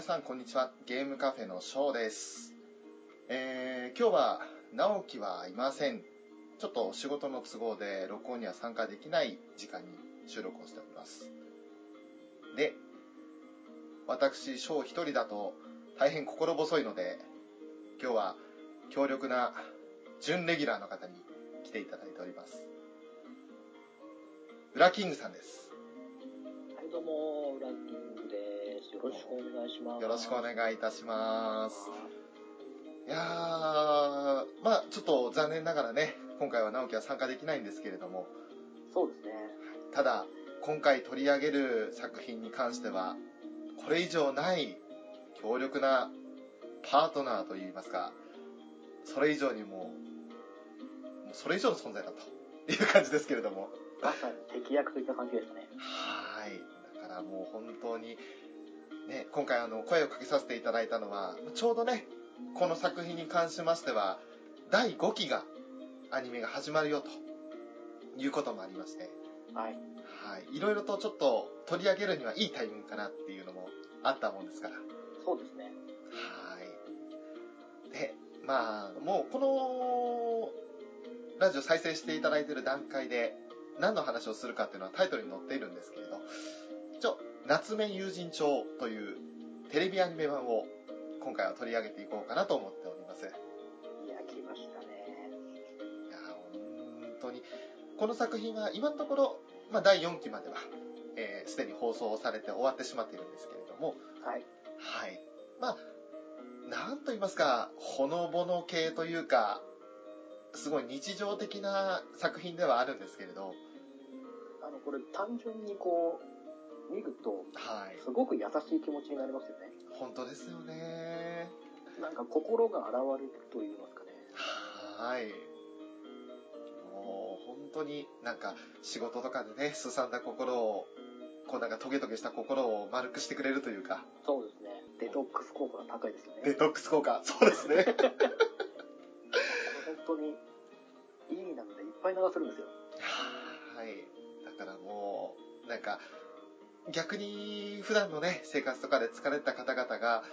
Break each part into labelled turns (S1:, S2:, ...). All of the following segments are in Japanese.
S1: さんこんにちはゲームカフェのショーです、えー今日は直樹はいませんちょっと仕事の都合で録音には参加できない時間に収録をしておりますで私ショー一人だと大変心細いので今日は強力な準レギュラーの方に来ていただいておりますウラキングさんです
S2: はい、どうも、ランキングです。よろしくお願いします。
S1: よろしくお
S2: いし
S1: 願いいたします
S2: す。
S1: いやー、まあちょっと残念ながらね、今回は直樹は参加できないんですけれども、
S2: そうですね。
S1: ただ、今回取り上げる作品に関しては、これ以上ない強力なパートナーといいますか、それ以上にもう、もうそれ以上の存在だという感じですけれども。
S2: まさに敵役といった感じですね。
S1: はい。だからもう本当に、ね、今回あの、声をかけさせていただいたのは、ちょうどね、この作品に関しましては、第5期が、アニメが始まるよと、いうこともありまして、
S2: は
S1: は
S2: い。
S1: い。いろいろとちょっと取り上げるにはいいタイミングかなっていうのもあったもんですから、は
S2: そうですね。
S1: い。で、まあ、もうこの、ラジオ再生していただいている段階で、何の話をするかっていうのはタイトルに載っているんですけれど、一応、夏目友人帳というテレビアニメ版を今回は取り上げていこうかなと思っております。いや、
S2: いや、来ましたね。
S1: 本当に、この作品は今のところ、まあ、第4期までは、えーすでに放送されて終わってしまっているんですけれども、
S2: はい。
S1: はい。まあ、なんと言いますか、ほのぼの系というか、すごい日常的な作品ではあるんですけれど、
S2: あの、これ、単純にこう、見ると、
S1: はい。
S2: すごく優しい気持ちになりますよね。
S1: 本当ですよね。
S2: なんか、心が現れると言いますかね。
S1: はい。もう本当になんか仕事とかでね、すさんだ心を、こうなんかトゲトゲした心を丸くしてくれるというか、
S2: そうですね。デトックス効果が高いですよ
S1: デ
S2: ね。
S1: トックス効果。そうですね。
S2: 本当に、いいなのでいっぱい流せるんですよ。
S1: はい。だからもう、なんか、逆に普段のね、生活とかで疲れた方々が、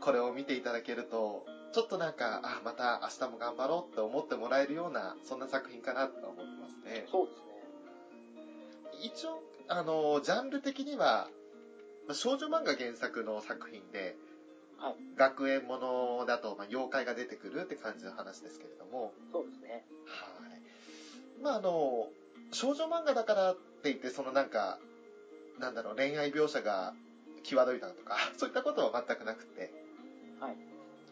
S1: これを見ていただけると、ちょっとなんか、あ、また明日も頑張ろうって思ってもらえるような、そんな作品かなと思ってますね。
S2: そうですね。
S1: 一応、あの、ジャンル的には、まあ少女漫画原作の作品で、
S2: はい
S1: 学園ものだと、まあ、妖怪が出てくるって感じの話ですけれども、
S2: そうですね。
S1: はい。まああの、少女漫画だからって言って、そのなんか、なんだろう、恋愛描写が際どいだとか、 そういったことは全くなくて、
S2: はい。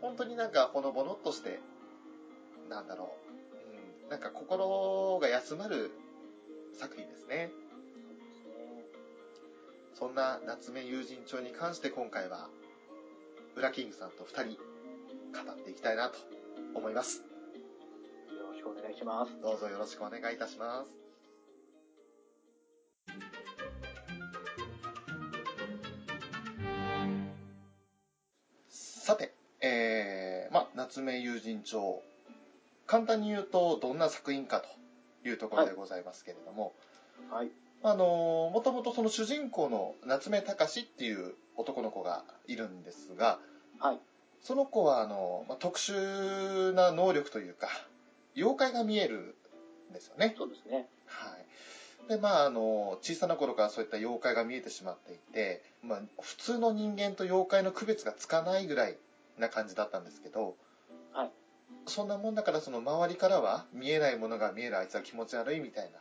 S1: 本当になんかほのぼのっとして、なんだろう、うん、なんか心が休まる作品ですね。
S2: そうですね。
S1: そんな夏目友人帳に関して今回は、ウラキングさんと二人、語っていきたいなと思います。
S2: よろしくお願いします。
S1: どうぞよろしくお願いいたします。さて、えー、まあ、夏目友人帳。簡単に言うと、どんな作品かというところでございますけれども、
S2: はい。
S1: あのー、もともとその主人公の夏目隆っていう男の子がいるんですが、
S2: はい。
S1: その子はあの、まあ、特殊な能力というか、妖怪が見えるんですよね。
S2: そうですね。
S1: はい。で、まあ、あの、小さな頃からそういった妖怪が見えてしまっていて、まあ、普通の人間と妖怪の区別がつかないぐらいな感じだったんですけど、
S2: はい。
S1: そんなもんだから、その周りからは、見えないものが見えるあいつは気持ち悪いみたいな、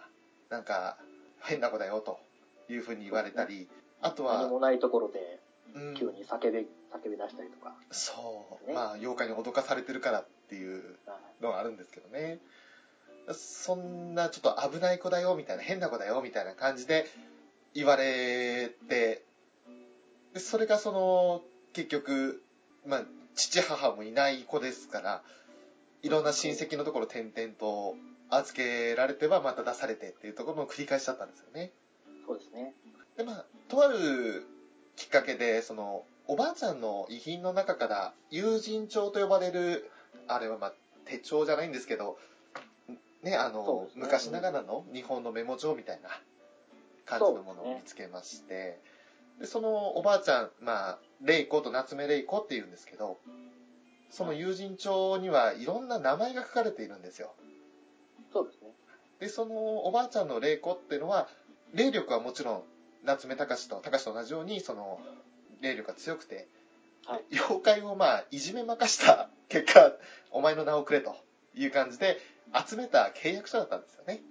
S1: なんか、変な子だよ、というふうに言われたり、あと
S2: 何
S1: は、
S2: もないところで
S1: うん
S2: 急に叫び、叫び出したりとか、
S1: そう、
S2: ね
S1: まあ、妖怪に脅かされてるからっていう
S2: あ
S1: のはあるんですけどね。そんなちょっと危ない子だよみたいな変な子だよみたいな感じで言われて、でそれがその結局、まあ父母もいない子ですから、いろんな親戚のところ転々と預けられてはまた出されてっていうところの繰り返しだったんですよね。
S2: そうですね。
S1: でまあ、とあるきっかけで、その、おばあちゃんの遺品の中から、友人帳と呼ばれる、あれはまあ、手帳じゃないんですけど、ね、あ
S2: そう
S1: の、
S2: ですね
S1: 昔ながらの日本のメモ帳みたいな感じのもの
S2: そうです
S1: を
S2: ね
S1: 見つけまして、でで、そのおばあちゃん、まあ、玲子と夏目玲子って言うんですけど、その友人帳にはいろんな名前が書かれているんですよ。
S2: そうですね。
S1: で、そのおばあちゃんの玲子ってのは、霊力はもちろん、夏目隆と隆と同じように、その、霊力が強くて、
S2: はい
S1: 妖怪をまあ、いじめまかした結果、お前の名をくれという感じで、集めた契約書だったんですよね。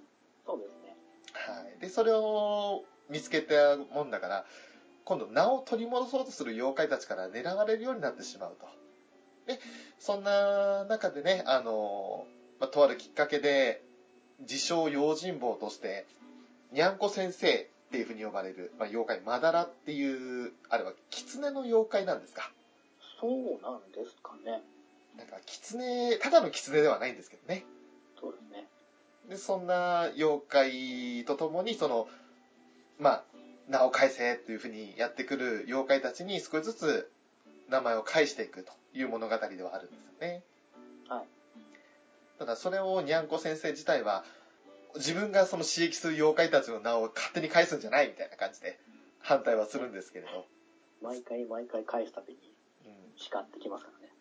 S2: そうですね。
S1: はい、でそれを見つけたもんだから今度名を取り戻そうとする妖怪たちから狙われるようになってしまうとでそんな中でねあの、まあとあるきっかけで自称用心棒としてにゃんこ先生っていうふうに呼ばれる、まあ、妖怪マダラっていうあれは狐の妖怪なんですか
S2: そうなんですかね。
S1: なんか狐ただの狐ではないんですけどね
S2: そうですね。
S1: でそんな妖怪とともにそのまあ名を返せっていうふうにやってくる妖怪たちに少しずつ名前を返していくという物語ではあるんですよね
S2: はい
S1: ただそれをにゃんこ先生自体は自分がその刺激する妖怪たちの名を勝手に返すんじゃないみたいな感じで反対はするんですけれど、
S2: 毎回毎回返すたびに
S1: うん、
S2: 叱ってきますからね。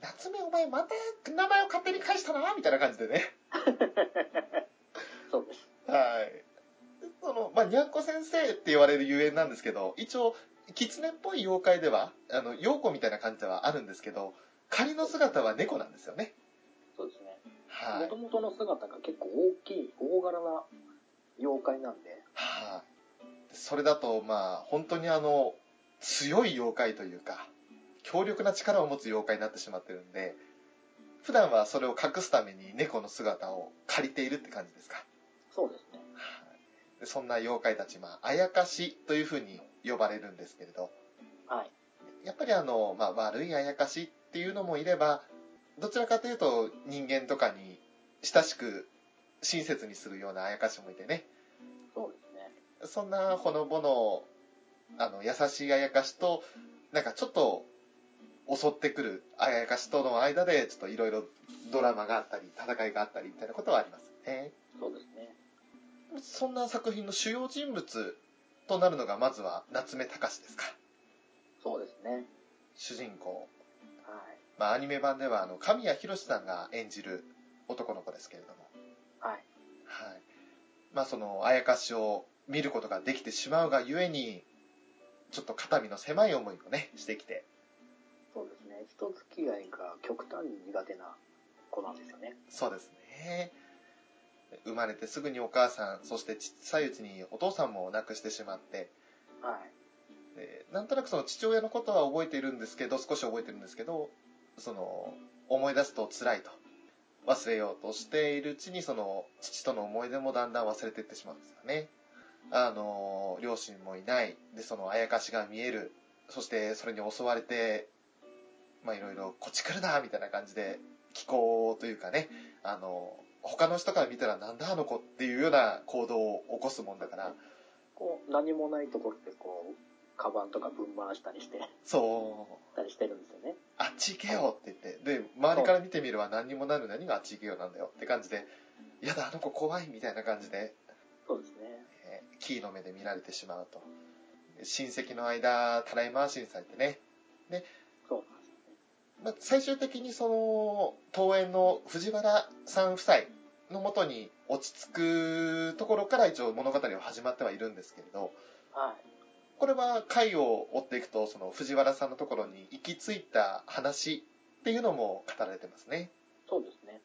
S1: 夏目お前また名前を勝手に返したなみたいな感じでね
S2: そうです。
S1: はい。その、まあ、にゃんこ先生って言われるゆえんなんですけど、一応、狐っぽい妖怪では、あの、妖子みたいな感じではあるんですけど、仮の姿は猫なんですよね。
S2: そうですね。
S1: は
S2: も
S1: い
S2: と。もとの姿が結構大きい、大柄な妖怪なんで、
S1: はい。それだと、まあ、本当にあの、強い妖怪というか、強力な力を持つ妖怪になってしまってるんで、普段はそれを隠すために猫の姿を借りているって感じですか。
S2: そうですね。
S1: はいでそんな妖怪たち、まあ、あやかしというふうに呼ばれるんですけれど、
S2: はい。
S1: やっぱりあの、まあ、悪いあやかしっていうのもいれば、どちらかというと人間とかに親しく親切にするようなあやかしもいてね、
S2: そうですね。
S1: そんなほのぼの、あの、優しいあやかしと、なんかちょっと襲ってくるあやかしとの間で、ちょっといろいろドラマがあったり、戦いがあったりみたいなことはありますね。
S2: そうですね。
S1: そんな作品の主要人物となるのが、まずは夏目隆ですか。
S2: そうですね。
S1: 主人公。
S2: はい。
S1: まあ、アニメ版ではあの神谷博さんが演じる男の子ですけれども、
S2: はい。
S1: はいまあ、そのあやかしを見ることができてしまうがゆえにちょっと肩身の狭い思いをねしてきて
S2: そうですね。人付き合いが極端に苦手な子なんですよね。
S1: そうですね生まれてすぐにお母さんそして小さいうちにお父さんも亡くしてしまって
S2: はい。
S1: でなんとなくその父親のことは覚えているんですけど少し覚えてるんですけどその思い出すと辛いと忘れようとしているうちにその父との思い出もだんだん忘れていってしまうんですよねあの両親もいないでそのあやかしが見えるそしてそれに襲われてまあいろいろこっち来るなみたいな感じで気候というかねあの他の人から見たらなんだあの子っていうような行動を起こすもんだから
S2: こう、何もないところでこう、カバンとかぶん回したりして、
S1: そう
S2: たりしてるんですよね。
S1: あっち行けよって言って、で、周りから見てみれば何にもなるのにあっち行けよなんだよって感じで、やだ、あの子怖いみたいな感じで、
S2: そうですね。
S1: えーキーの目で見られてしまうと。親戚の間、たらい回しにされてね。
S2: そうなんですよね。
S1: まあ、最終的にその、登園の藤原さん夫妻のもとに落ち着くところから一応物語は始まってはいるんですけれど、
S2: はい。
S1: これは回を追っていくと、その藤原さんのところに行き着いた話っていうのも語られてますね。
S2: そうですね。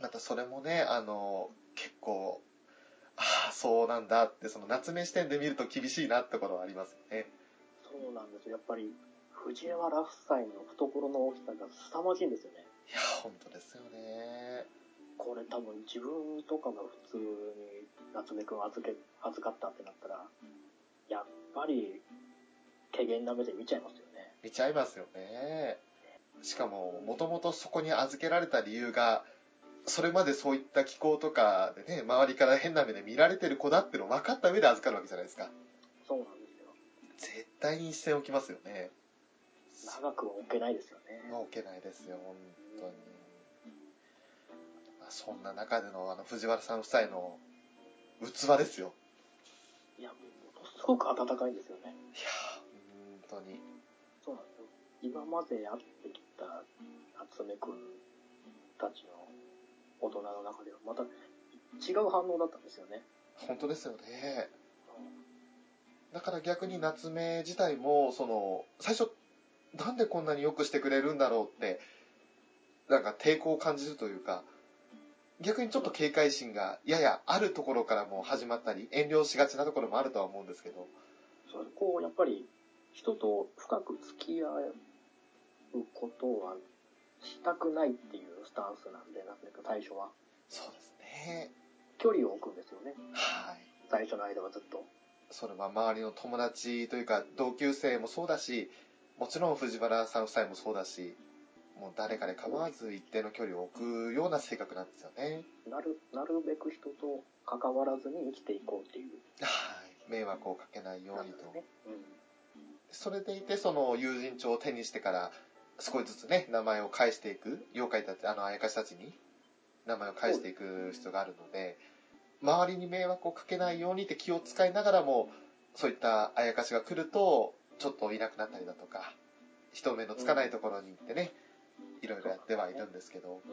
S1: またそれもねあの結構ああそうなんだってその夏目視点で見ると厳しいなってところはありますよね
S2: そうなんですよ。やっぱり、藤原夫妻の懐の大きさが凄まじいんですよね。
S1: いや本当ですよね
S2: これ多分自分とかが普通に夏目くん預け、預かったってなったら、やっぱり、軽減な目で見ちゃいますよね。
S1: 見ちゃいますよねしかももともとそこに預けられた理由がそれまでそういった気候とかでね周りから変な目で見られてる子だってのを分かった上で預かるわけじゃないですか
S2: そうなんですよ。
S1: 絶対に一線をきますよね
S2: 長くは置けないですよね。
S1: もうけないですよ、本当に。まあそんな中でのあの藤原さん夫妻の器ですよ。
S2: いや、ものすごく温かいんですよね。
S1: いやー当に。
S2: そうなんですよ。今まで会ってきた夏目くんたちの大人の中では、また違う反応だったんですよね。
S1: 本当ですよね。だから逆に夏目自体も、その、最初、なんでこんなに良くしてくれるんだろうって、なんか抵抗を感じるというか、逆にちょっと警戒心がややあるところからも始まったり、遠慮しがちなところもあるとは思うんですけど、
S2: そこをやっぱり人と深く付き合うことはしたくないっていうスタンスなんで、夏目くん最初は。
S1: そうですね。
S2: 距離を置くんですよね。
S1: はい。
S2: 最初の間はずっと。
S1: それは周りの友達というか同級生もそうだしもちろん藤原さん夫妻もそうだしもう誰かで構わず一定の距離を置くような性格なんですよね
S2: なる、なるべく人と関わらずに生きていこうっていう。
S1: はい迷惑をかけないよ
S2: な
S1: うんに
S2: で
S1: と
S2: すね。うん。
S1: それでいてその友人帳を手にしてから少しずつね名前を返していく妖怪たちあのあやかしたちに名前を返していく必要があるので周りに迷惑をかけないようにって気を使いながらもそういったあやかしが来るとちょっといなくなったりだとか人目のつかないところに行ってねいろいろやってはいるんですけど
S2: うん。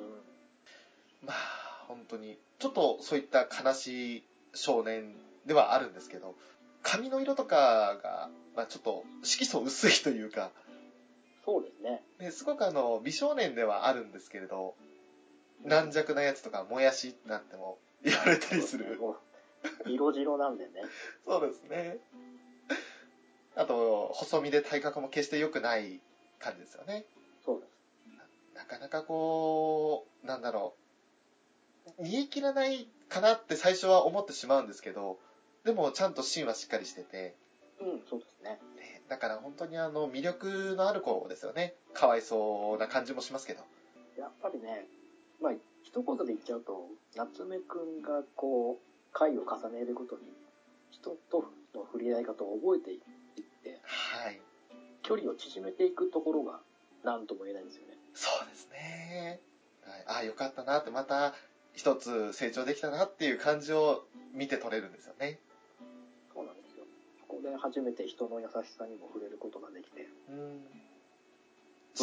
S1: まあ本当にちょっとそういった悲しい少年ではあるんですけど髪の色とかが、まあ、ちょっと色素薄いというか
S2: そうですね。
S1: ね、すごくあの美少年ではあるんですけれど軟弱なやつとかもやしなんても言われたりする
S2: もう色白なんでね。
S1: そうですねあと細身で体格も決して良くない感じですよね
S2: そうです。
S1: なかなかこうなんだろう煮え切らないかなって最初は思ってしまうんですけどでもちゃんと芯はしっかりしてて、
S2: うん、そうですね。
S1: ねだから本当にあの魅力のある子ですよねかわいそうな感じもしますけど
S2: やっぱりね、まあ、一言で言っちゃうと、夏目くんがこう、回を重ねるごとに、人との触れ合い方を覚えていって、
S1: はい
S2: 距離を縮めていくところが、なんとも言えないですよね。
S1: そうですね。はい、あよかったなって、また一つ成長できたなっていう感じを見て取れるんですよね。
S2: そうなんですよ。ここで初めて人の優しさにも触れることができて、
S1: うん。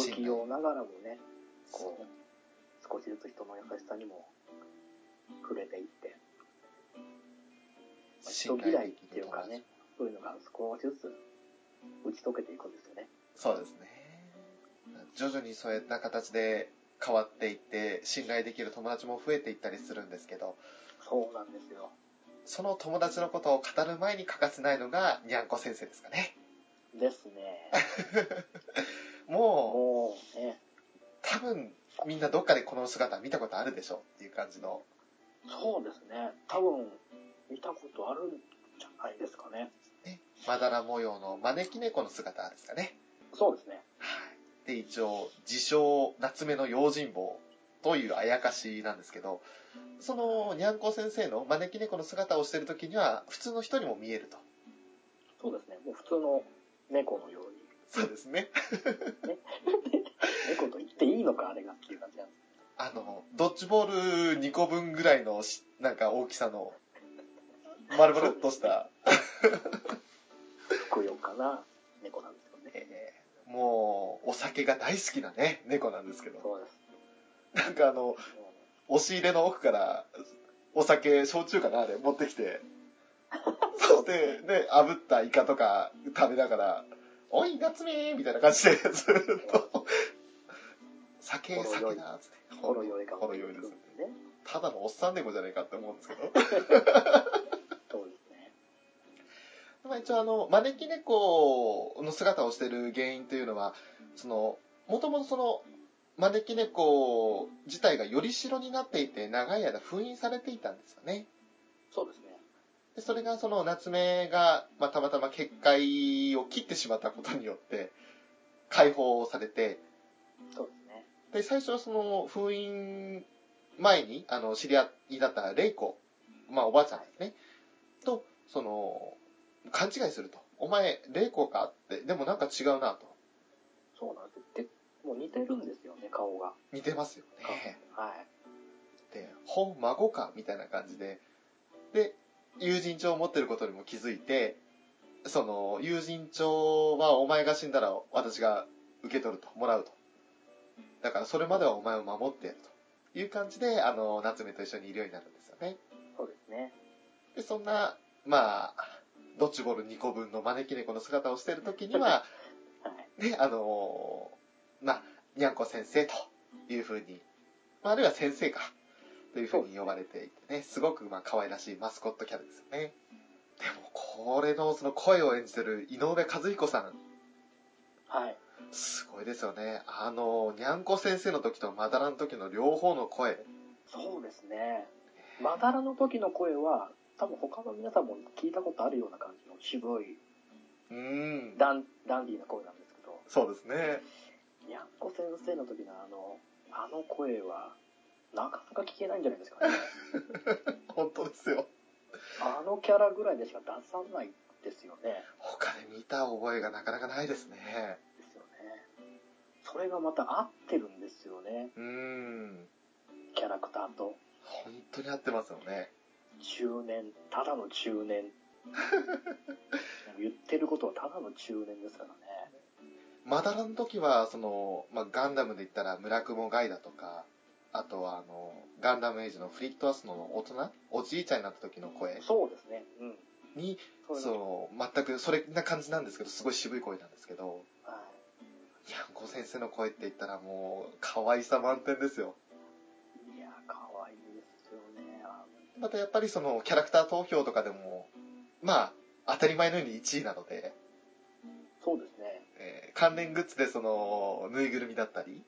S2: 不器用ながらもね、
S1: そ
S2: こう、少しずつ人の優しさにも触れていって、
S1: う。
S2: 人
S1: 信
S2: 嫌
S1: 頼
S2: いっ
S1: でき
S2: てい
S1: る
S2: う
S1: 友
S2: か
S1: 達
S2: ね。、そういうのが少しずつ打ち解けていくんですよね。
S1: そうですね。徐々にそういった形で変わっていって、信頼できる友達も増えていったりするんですけど、
S2: そうなんですよ。
S1: その友達のことを語る前に欠かせないのが、にゃんこ先生ですかね。
S2: ですね。
S1: もう、
S2: もうね、
S1: 多分、みんなどっかでこの姿見たことあるでしょっていう感じの。
S2: そうですね。多分、見たことあるんじゃないですかね。
S1: まだら模様の招き猫の姿ですかね。
S2: そうですね。
S1: はい。で、一応、自称、夏目の用心棒というあやかしなんですけど、その、にゃんこ先生の招き猫の姿をしてる時には、普通の人にも見えると。
S2: そうですね。もう普通の猫のように。
S1: そうですね。
S2: 猫と言っていいのか、あれがっていう感じなんです。
S1: あの、ドッジボール2個分ぐらいのし、なんか大きさの、丸々っとした、
S2: ふくよかな猫なんですよね。
S1: えーもう、お酒が大好きなね、猫なんですけど、
S2: そうです。
S1: なんかあの、押し入れの奥から、お酒、焼酎かなあれ、持ってきて、そして、ね、炙ったイカとか食べながら、おい、夏目みたいな感じで、ずっと、酒、
S2: ほろ酔
S1: 酒
S2: い
S1: だ、つ って。
S2: ほろ酔いが
S1: ほ
S2: 多
S1: ろ
S2: い
S1: 酔
S2: で
S1: いですす
S2: ね
S1: ね。。ただのおっさん猫じゃねえかって思うんですけど。
S2: そうですね。
S1: まあ一応あの、招き猫の姿をしてる原因というのは、その、もともとその、招き猫自体がより代になっていて、長い間封印されていたんですよね。
S2: そうですね。
S1: でそれがその夏目が、まあ、たまたま結界を切ってしまったことによって解放されて
S2: そうですね。
S1: で最初はその封印前にあの知り合いだったレイコ、まあ、おばあちゃんですねとその勘違いすると「お前レイコか?」ってでもなんか違うなと
S2: そうなんですよ。でもう似てるんですよね、顔が。
S1: 似てますよね
S2: はい。
S1: で「ほん孫か?」みたいな感じでで友人帳を持ってることにも気づいてその、友人帳はお前が死んだら私が受け取ると、もらうと。だからそれまではお前を守ってやるという感じで、あの、夏目と一緒にいるようになるんですよね。
S2: そうですね。
S1: で、そんな、まあ、ドッジボール2個分の招き猫の姿をしている時には、
S2: はい。
S1: ね、あのまあ、にゃんこ先生というふうに、まあ、あるいは先生か、というふうに呼ばれていてね、すごくまあ可愛らしいマスコットキャラですよね。でも、これのその声を演じてる井上和彦さん、
S2: はい。
S1: すごいですよね。あの、にゃんこ先生の時とまだらの時の両方の声、
S2: そうですね。まだらの時の声は、多分他の皆さんも聞いたことあるような感じの渋いう
S1: ーん、
S2: ダンダンディーな声なんですけど、
S1: そうですね。
S2: にゃんこ先生の時のあの、あの声は、なかなか聞けないんじゃないですかね。
S1: 本当ですよ。
S2: あのキャラぐらいでしか出さないですよね。
S1: 他で見た覚えがなかなかないですね。
S2: ですよね。それがまた合ってるんですよね。
S1: うーん、
S2: キャラクターと。
S1: 本当に合ってますよね。
S2: 中年、ただの中年。言ってることはただの中年ですからね。
S1: マダラの時は、その、まあ、ガンダムで言ったら村雲ガイだとか、あとはあの、ガンダムエイジのフリットアスノの大人おじいちゃんになった時の声
S2: そうですね。うん。
S1: に、
S2: そうです
S1: そ
S2: ね。
S1: の、全くそれな感じなんですけど、すごい渋い声なんですけど、
S2: はい
S1: や、ご先生の声って言ったらもう、可愛さ満点ですよ。
S2: い。いや、可愛いですよね。あ
S1: またやっぱりその、キャラクター投票とかでも、まあ、当たり前のように1位なので、
S2: そうですね。
S1: えー関連グッズでその、ぬいぐるみだったり、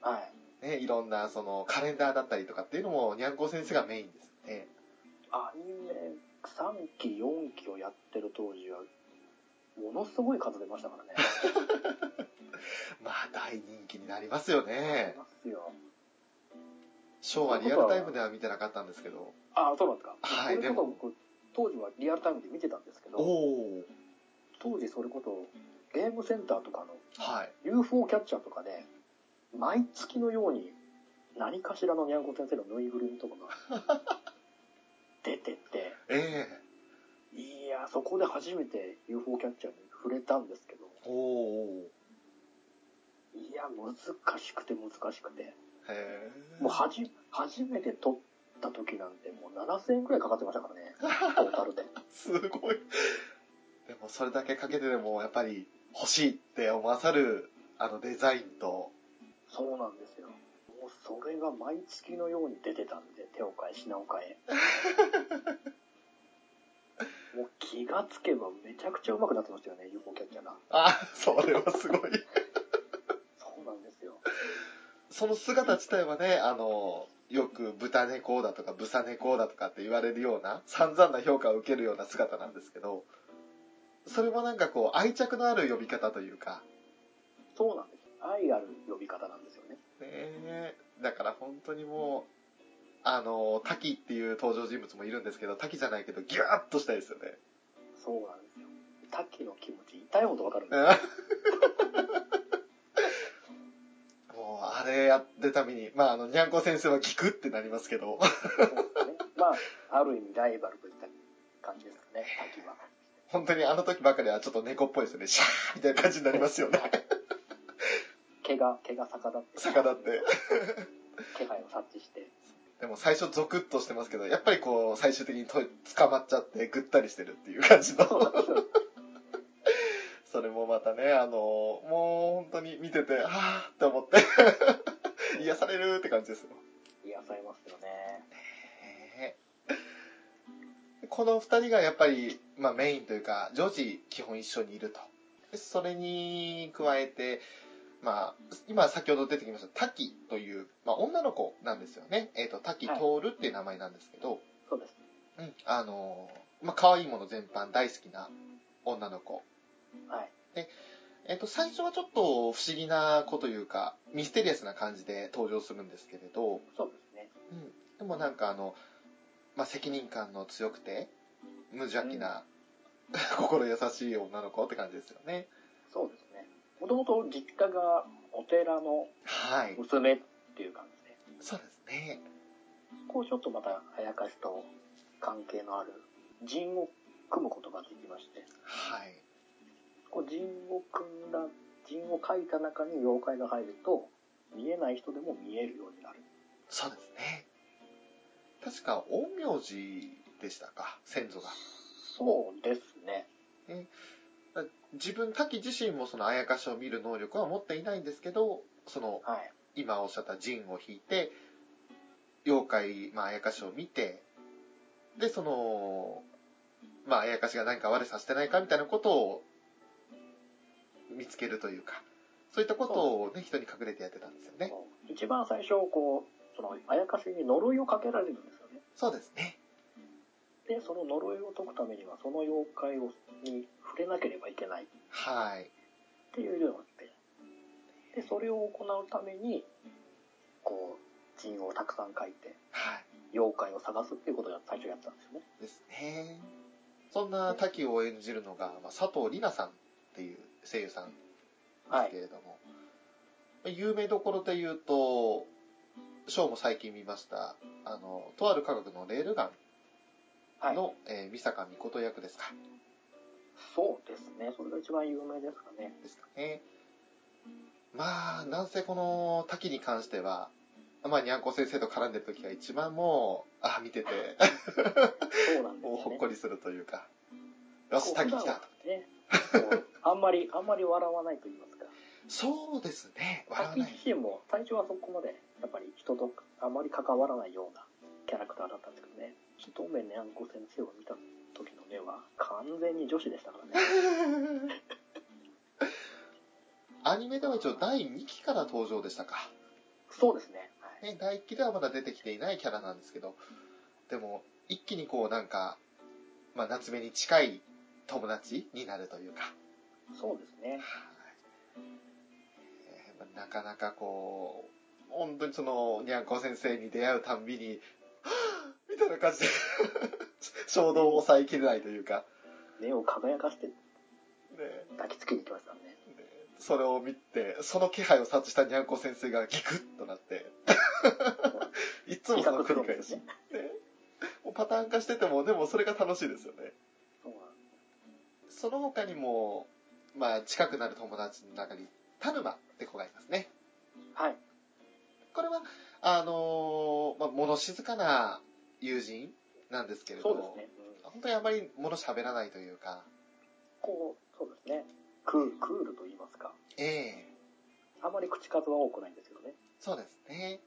S2: はい。
S1: ね、いろんなその、カレンダーだったりとかっていうのも、にゃんこ先生がメインですよね。
S2: アニメ3期、4期をやってる当時は、ものすごい数出ましたからね。
S1: まあ大人気になりますよね。
S2: ますよ。
S1: ショーはリアルタイムでは見てなかったんですけど。
S2: あ、そうなんですか。
S1: はい
S2: それこそ僕、当時はリアルタイムで見てたんですけど、
S1: お。
S2: 当時それこそ、ゲームセンターとかの
S1: はい。
S2: UFO キャッチャーとかで、毎月のように何かしらのにゃんこ先生のぬいぐるみとかが出てて、
S1: ええ
S2: いや、そこで初めて UFO キャッチャーに触れたんですけど、
S1: おお。
S2: いや、難しくて難しくて、
S1: へえ。
S2: もうはじ、初めて撮った時なんてもう7000円くらいかかってましたからね、トータルで。
S1: すごい。でもそれだけかけてでもやっぱり欲しいって思わさるあのデザインと。
S2: そうなんですよ。もうそれが毎月のように出てたんで、手を変え、品 を変え。もう気がつけばめちゃくちゃ上手くなってましたよね、UFO キャッチャーが。
S1: あ、それはすごい。
S2: そうなんですよ。
S1: その姿自体はね、あの、よく豚猫だとかブサ猫だとかって言われるような散々な評価を受けるような姿なんですけど、それもなんかこう愛着のある呼び方というか、
S2: そうなんです。愛ある呼び方なんですよね。
S1: ねえだから本当にもうあの滝っていう登場人物もいるんですけど滝じゃないけどギューッとしたいですよね
S2: そうなんですよ。滝の気持ち、痛いほどわかるんですよ。
S1: うんもうあれやってたびにまああのにゃんこ先生は聞くってなりますけど
S2: そうで すね。まあ、ある意味ライバルといった感じですかね、滝は。
S1: 本当にあの時ばかりはちょっと猫っぽいですよねシャーみたいな感じになりますよね
S2: 毛が、毛が逆立って、
S1: 逆立って
S2: 気配を察知して。
S1: でも最初ゾクッとしてますけどやっぱりこう最終的にと捕まっちゃってぐったりしてるっていう感じの
S2: そうなんですよ。
S1: それもまたね、あの、もう本当に見てて、はぁーって思って、癒されるって感じですよ。
S2: 癒されますよね。
S1: この二人がやっぱり、まあ、メインというか、常時基本一緒にいると。でそれに加えて、まあ、今先ほど出てきました、滝という、まあ、女の子なんですよね。えっ、と、滝徹っていう名前なんですけど、
S2: そうです。
S1: うん、あの、まあ、可愛いもの全般大好きな女の子。
S2: はい。
S1: えっと、最初はちょっと不思議な子というか、ミステリアスな感じで登場するんですけれど、
S2: そうですね。
S1: うん、でもなんかあの、まあ、責任感の強くて、無邪気な、 心優しい女の子って感じですよね。
S2: そうですね。もともと実家がお寺の
S1: はい。
S2: 娘っていう感じで、
S1: そうですね。
S2: こうちょっとまたあやかしと関係のある人を組むことができまして、
S1: はい。
S2: こう人を組んだ、人を書いた中に妖怪が入ると、見えない人でも見えるようになる。
S1: そうですね。確か、陰陽師でしたか、先祖が。
S2: そうですね。
S1: 自分、滝自身もそのあやかしを見る能力は持っていないんですけど、その、
S2: はい。
S1: 今おっしゃった陣を引いて、妖怪、まあ、あやかしを見て、で、その、まあ、あやかしが何か悪さしてないかみたいなことを見つけるというか、そういったことをね、人に隠れてやってたんですよね。
S2: 一番最初、こう、その、あやかしに呪いをかけられるんですよね。
S1: そうですね。
S2: で、その呪いを解くためには、その妖怪をに触れなければいけないっ
S1: はい。
S2: ていうようになって、で、それを行うために、こう、人をたくさん書いて、
S1: は
S2: 妖怪を探すっていうことが最初やったんですよね。
S1: い。ですね。そんな滝を演じるのが、まあ、佐藤里奈さんっていう声優さん
S2: は
S1: ですけ。れども、有名どころで言うと、ショーも最近見ました、あの、とある科学のレールガ
S2: は
S1: ン
S2: い。
S1: の、えー、美坂美琴役ですか。
S2: そうですね。それが一番有名ですかね。
S1: ですかね。まあ、なんせこの滝に関しては、まあ、にゃんこ先生と絡んでる時が一番もう、あ、見てて、
S2: そうなんです
S1: もう
S2: よ
S1: ほっ
S2: ね。
S1: こりするというか、よし、
S2: こう
S1: 滝来
S2: 普段
S1: た
S2: は。ね、こうあんまり、あんまり笑わないと言いますか。
S1: そうですね、笑わ
S2: 滝
S1: な
S2: 自
S1: い。
S2: 身も最初はそこまで、やっぱり人とあまり関わらないようなキャラクターだったんですけどね。一目にゃんこ先生を見た時の目は完全に女子でした からね。
S1: アニメでは一応第2期から登場でしたか。
S2: そうですね。はい
S1: ね、第1期ではまだ出てきていないキャラなんですけど、でも、一気にこうなんか、まあ、夏目に近い友達になるというか、
S2: そうですね。
S1: えーなかなかこう、本当にその、にゃんこ先生に出会うたんびに、はぁみたいな感じで、 衝動を抑えきれないというか、
S2: 目を輝かして
S1: ね、
S2: 抱きつきに行きましたね。
S1: それを見て、その気配を察知したにゃんこ先生がギクッとなって、いつも
S2: 威
S1: その
S2: 嚇する
S1: 繰
S2: ん
S1: り
S2: で
S1: 返
S2: す
S1: し。
S2: よ
S1: ね
S2: ね。
S1: もうパターン化してても、でもそれが楽しいですよね。
S2: そうなんです
S1: その他にも、まあ、近くなる友達の中に、田沼って子がいますね。
S2: はい。
S1: これは、あのーまあ、物静かな友人なんですけれど
S2: そう
S1: も、
S2: ですね。うん
S1: 本当にあまり物喋らないというか、
S2: こう、そうですね。クール、クールと言いますか。
S1: ええ
S2: あまり口数は多くないんですけどね。
S1: そうですね。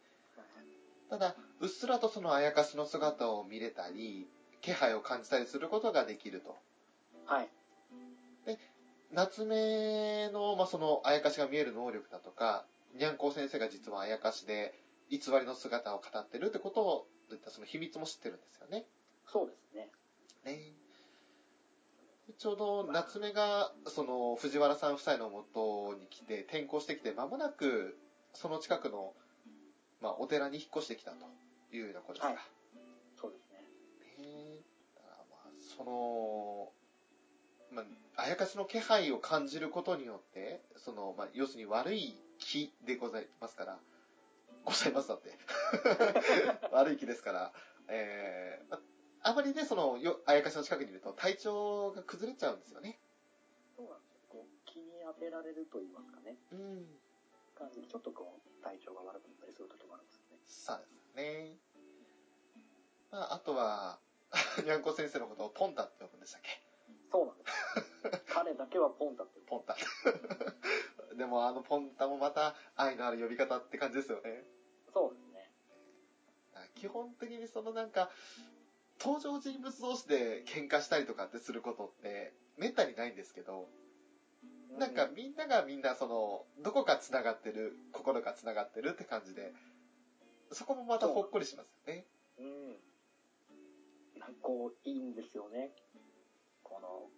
S1: ただ、うっすらとそのあやかしの姿を見れたり、気配を感じたりすることができると。
S2: はい。
S1: 夏目の、まあ、その、あやかしが見える能力だとか、にゃんこ先生が実はあやかしで、偽りの姿を語ってるってことを、といったその秘密も知ってるんですよね。
S2: そうですね。
S1: ねちょうど夏目が、その、藤原さん夫妻の元に来て、転校してきて、間もなく、その近くの、まあ、お寺に引っ越してきたというようなことですか。
S2: はいそうですね。
S1: ねだからまあその、まあ、あやかしの気配を感じることによって、その、まあ、要するに悪い気でございますから、ございますだって。 悪い気ですから、えー、まああまりね、その、よあやかしの近くにいると体調が崩れちゃうんですよね。
S2: そうなんですよ。こう、気に当てられると言いますかね。
S1: うん。
S2: 感じで、ちょっとこう、体調が悪くなったりする時もあるんですよね。
S1: そうですね。まあ、あとは、 にゃんこ先生のことをポンタって呼ぶんでしたっけ
S2: そうなんです。彼だけはポンタっていう。
S1: ポンタ。 でもあのポンタもまた愛のある呼び方って感じですよね。
S2: そうですね。
S1: 基本的にそのなんか、登場人物同士で喧嘩したりとかってすることって、めったにないんですけど、
S2: う
S1: なんか、みんながみんなその、どこか繋がってる、心が繋がってるって感じで、そこもまたほっこりしますよね。
S2: うん。なんかこう、いいんですよね。この、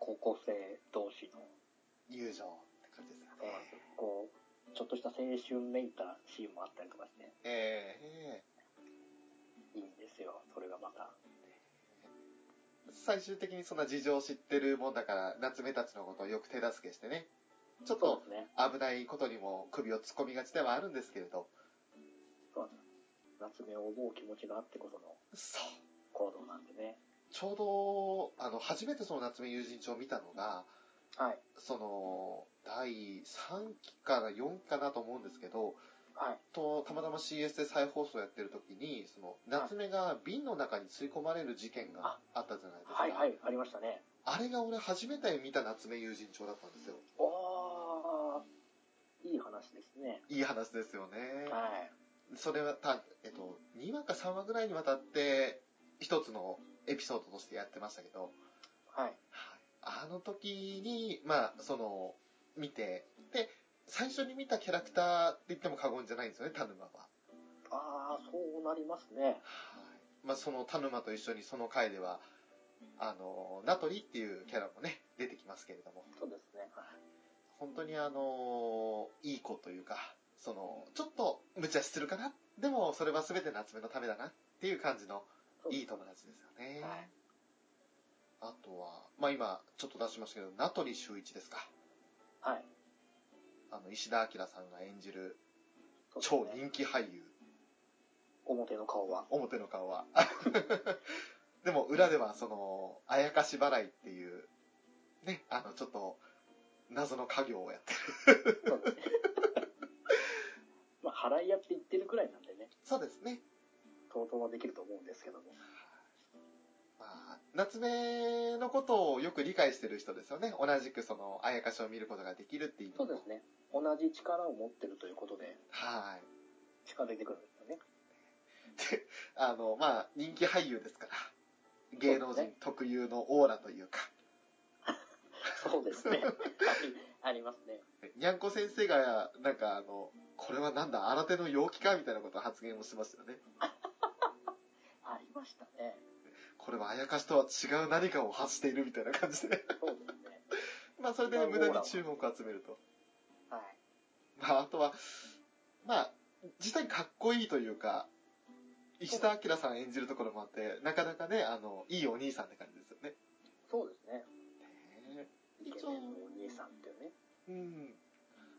S2: 高校生同士の、
S1: 友情って感じですよ
S2: え
S1: ね。
S2: ーこう、ちょっとした青春めいたシーンもあったりとかして、
S1: ええ
S2: いいんですよ。それがまた。
S1: 最終的にそんな事情を知ってるもんだから、夏目たちのことをよく手助けしてね、ちょっと
S2: そうですね。
S1: 危ないことにも首を突っ込みがちではあるんですけれど、
S2: そうなんです夏目を思う気持ちがあってこその
S1: そう。
S2: 行動なんでね。
S1: ちょうど、あの、初めてその夏目友人帳を見たのが、
S2: はい。
S1: その、第3期から4期かなと思うんですけど、
S2: はい。
S1: と、たまたま CS で再放送やってる時に、その、夏目が瓶の中に吸い込まれる事件があったじゃないですか。
S2: はいはい、ありましたね。
S1: あれが俺初めて見た夏目友人帳だったんですよ。
S2: おー、いい話ですね。
S1: いい話ですよね。
S2: はい。
S1: それはた、えっと、2話か3話ぐらいにわたって、一つのエピソードとしてやってましたけど、
S2: はい。
S1: あの時に、まあ、その、見て、で、最初に見たキャラクターって言っても過言じゃないんですよね、田沼は。は
S2: あー、そうなりますね。
S1: い。まあ、その田沼と一緒にその回では、あの、ナトリっていうキャラもね、出てきますけれども、
S2: そうですね。
S1: 本当にあの、いい子というか、その、ちょっと無茶するかな。でも、それは全て夏目のためだなっていう感じの
S2: そう
S1: いい友達ですよね。
S2: はい
S1: あとは、まあ今、ちょっと出しましたけど、名取修一ですか。
S2: はい。
S1: あの、石田明さんが演じる
S2: そうです
S1: 超
S2: ね
S1: 人気俳優、
S2: 表の顔は。
S1: 表の顔は。 でも裏ではその、あやかし払いっていう、ね、あの、ちょっと、謎の家業をやってる。
S2: そうですね。 まあ、払い屋って言ってるくらいなんでね、
S1: そうですね。
S2: 想像はできると思うんですけども。
S1: まあ、夏目のことをよく理解してる人ですよね。同じくその、あやかしを見ることができるっていう。
S2: そうですね。同じ力を持ってるということで、
S1: はい。
S2: 近づいてくるんですよね。
S1: あの、まあ、人気俳優ですから、芸能
S2: そう
S1: 人
S2: です
S1: 特有のオーラというか、
S2: そうですね。ありますね。
S1: にゃんこ先生が、なんかあの、これはなんだ、新手の陽気かみたいなことを発言をしましたよね。
S2: ありましたね。
S1: これはあやかしとは違う何かを発しているみたいな感じで。
S2: そうですね。
S1: まあ、それで、
S2: まあ
S1: 無駄
S2: オーラ
S1: に
S2: は
S1: 注目を集めると。
S2: はい。
S1: まあ、あとは、まあ、実際にかっこいいというか、石田明さん演じるところもあって、なかなかね、あの、いいお兄さんって感じですよね。
S2: そうですね。
S1: ね
S2: イケメンのお兄さんっていうね。
S1: うん。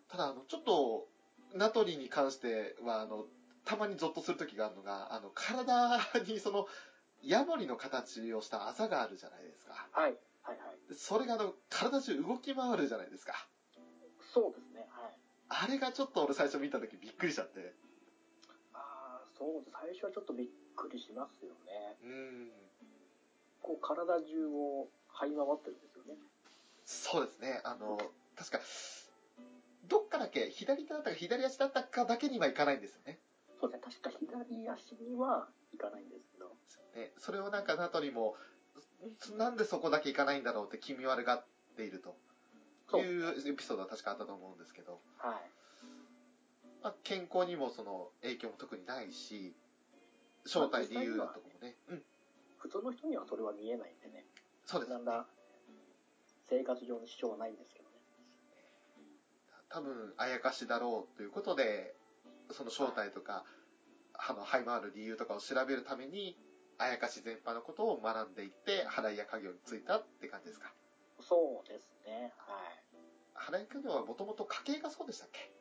S1: ただ、あの、ちょっと、名取に関しては、あの、たまにゾッとする時があるのが、あの、体にその、ヤモリの形をしたあざがあるじゃないですか。
S2: はい。はいはい。
S1: それがあの、体中動き回るじゃないですか。
S2: そうですね。はい。
S1: あれがちょっと俺最初見た時びっくりしちゃって。
S2: ああ、そうです。最初はちょっとびっくりしますよね。
S1: うん。
S2: こう、体中を這い回ってるんですよね。
S1: そうですね。あの、確か、どっかだけ、左手だったか左足だったかだけにはいかないんですよね。
S2: そうですね。確か左足にはいかないんですけど。
S1: ね、それをなんか名取も、なんでそこだけ行かないんだろうって気味悪がっていると
S2: そう
S1: いうエピソードは確かあったと思うんですけど、
S2: はい。
S1: まあ、健康にもその影響も特にないし、正体理由のとこもね、うん、
S2: 普通の人にはそれは見えないんでね。
S1: そうです
S2: な
S1: ね
S2: ん。だ、生活上の支障はないんですけどね。
S1: 多分、あやかしだろうということで、その正体とか、あの、ハイマール理由とかを調べるために、あやかし全般のことを学んでいって、払いや家業についたって感じですか。
S2: そうですね。はい。
S1: 払い家業はもともと家系がそうでしたっけ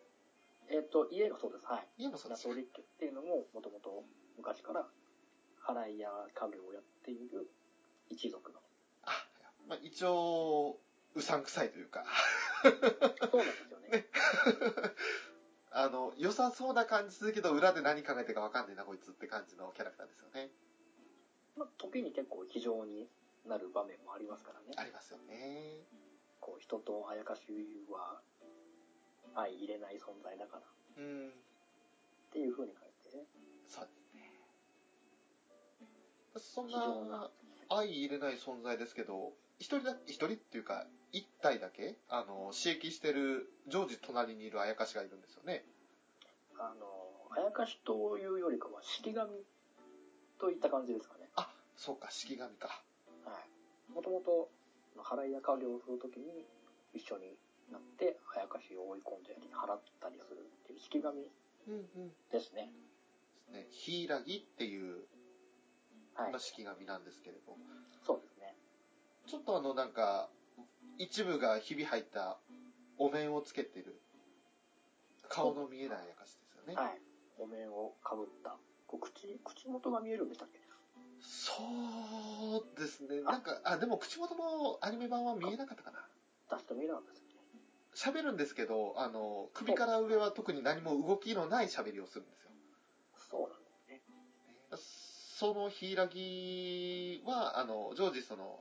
S2: えっ、と、家がそうです。はい。
S1: 家もそう
S2: ナ
S1: でした
S2: ト
S1: っけ
S2: リックっていうのも、もともと昔から、払い屋家業をやっている一族の。
S1: あ、まあ、一応、うさんくさいというか、
S2: そうなんですよね。
S1: あの、良さそうな感じするけど、裏で何考えてるかわかんねえな、こいつって感じのキャラクターですよね。
S2: まあ、時に結構非常になる場面もありますからね。
S1: ありますよね。
S2: こう、人とあやかしは相入れない存在だからっ
S1: うん。
S2: ていう風に書いてね。
S1: そうですね。そん
S2: 非常な
S1: な、。相入れない存在ですけど、一人だ、一人っていうか、一体だけ、あの、刺激してる、常時隣にいるあやかしがいるんですよね。
S2: あの、あやかしというよりかは、式神といった感じですかね。
S1: あ、そうか、式神か。
S2: はい。もともと、払い屋家業をするときに、一緒になって、あやかしを追い込んだり、払ったりするっていう式神
S1: うんうん。
S2: ですね。
S1: ね、ヒイラギっていう、
S2: はい
S1: まあ。式神なんですけれども。
S2: そうですね。
S1: ちょっとあの、なんか、一部がひび入ったお面をつけてる、顔の見えないあやかしですよね。
S2: はい。お面をかぶった。こう口、口元が見えるんでしたっけ
S1: そうですね。なんか、あ、でも口元のアニメ版は見えなかったかな。
S2: ダストミラーなんですよね。
S1: 喋るんですけど、あの、首から上は特に何も動きのない喋りをするんですよ。
S2: そうなんですね。
S1: その柊は、あの、常時その、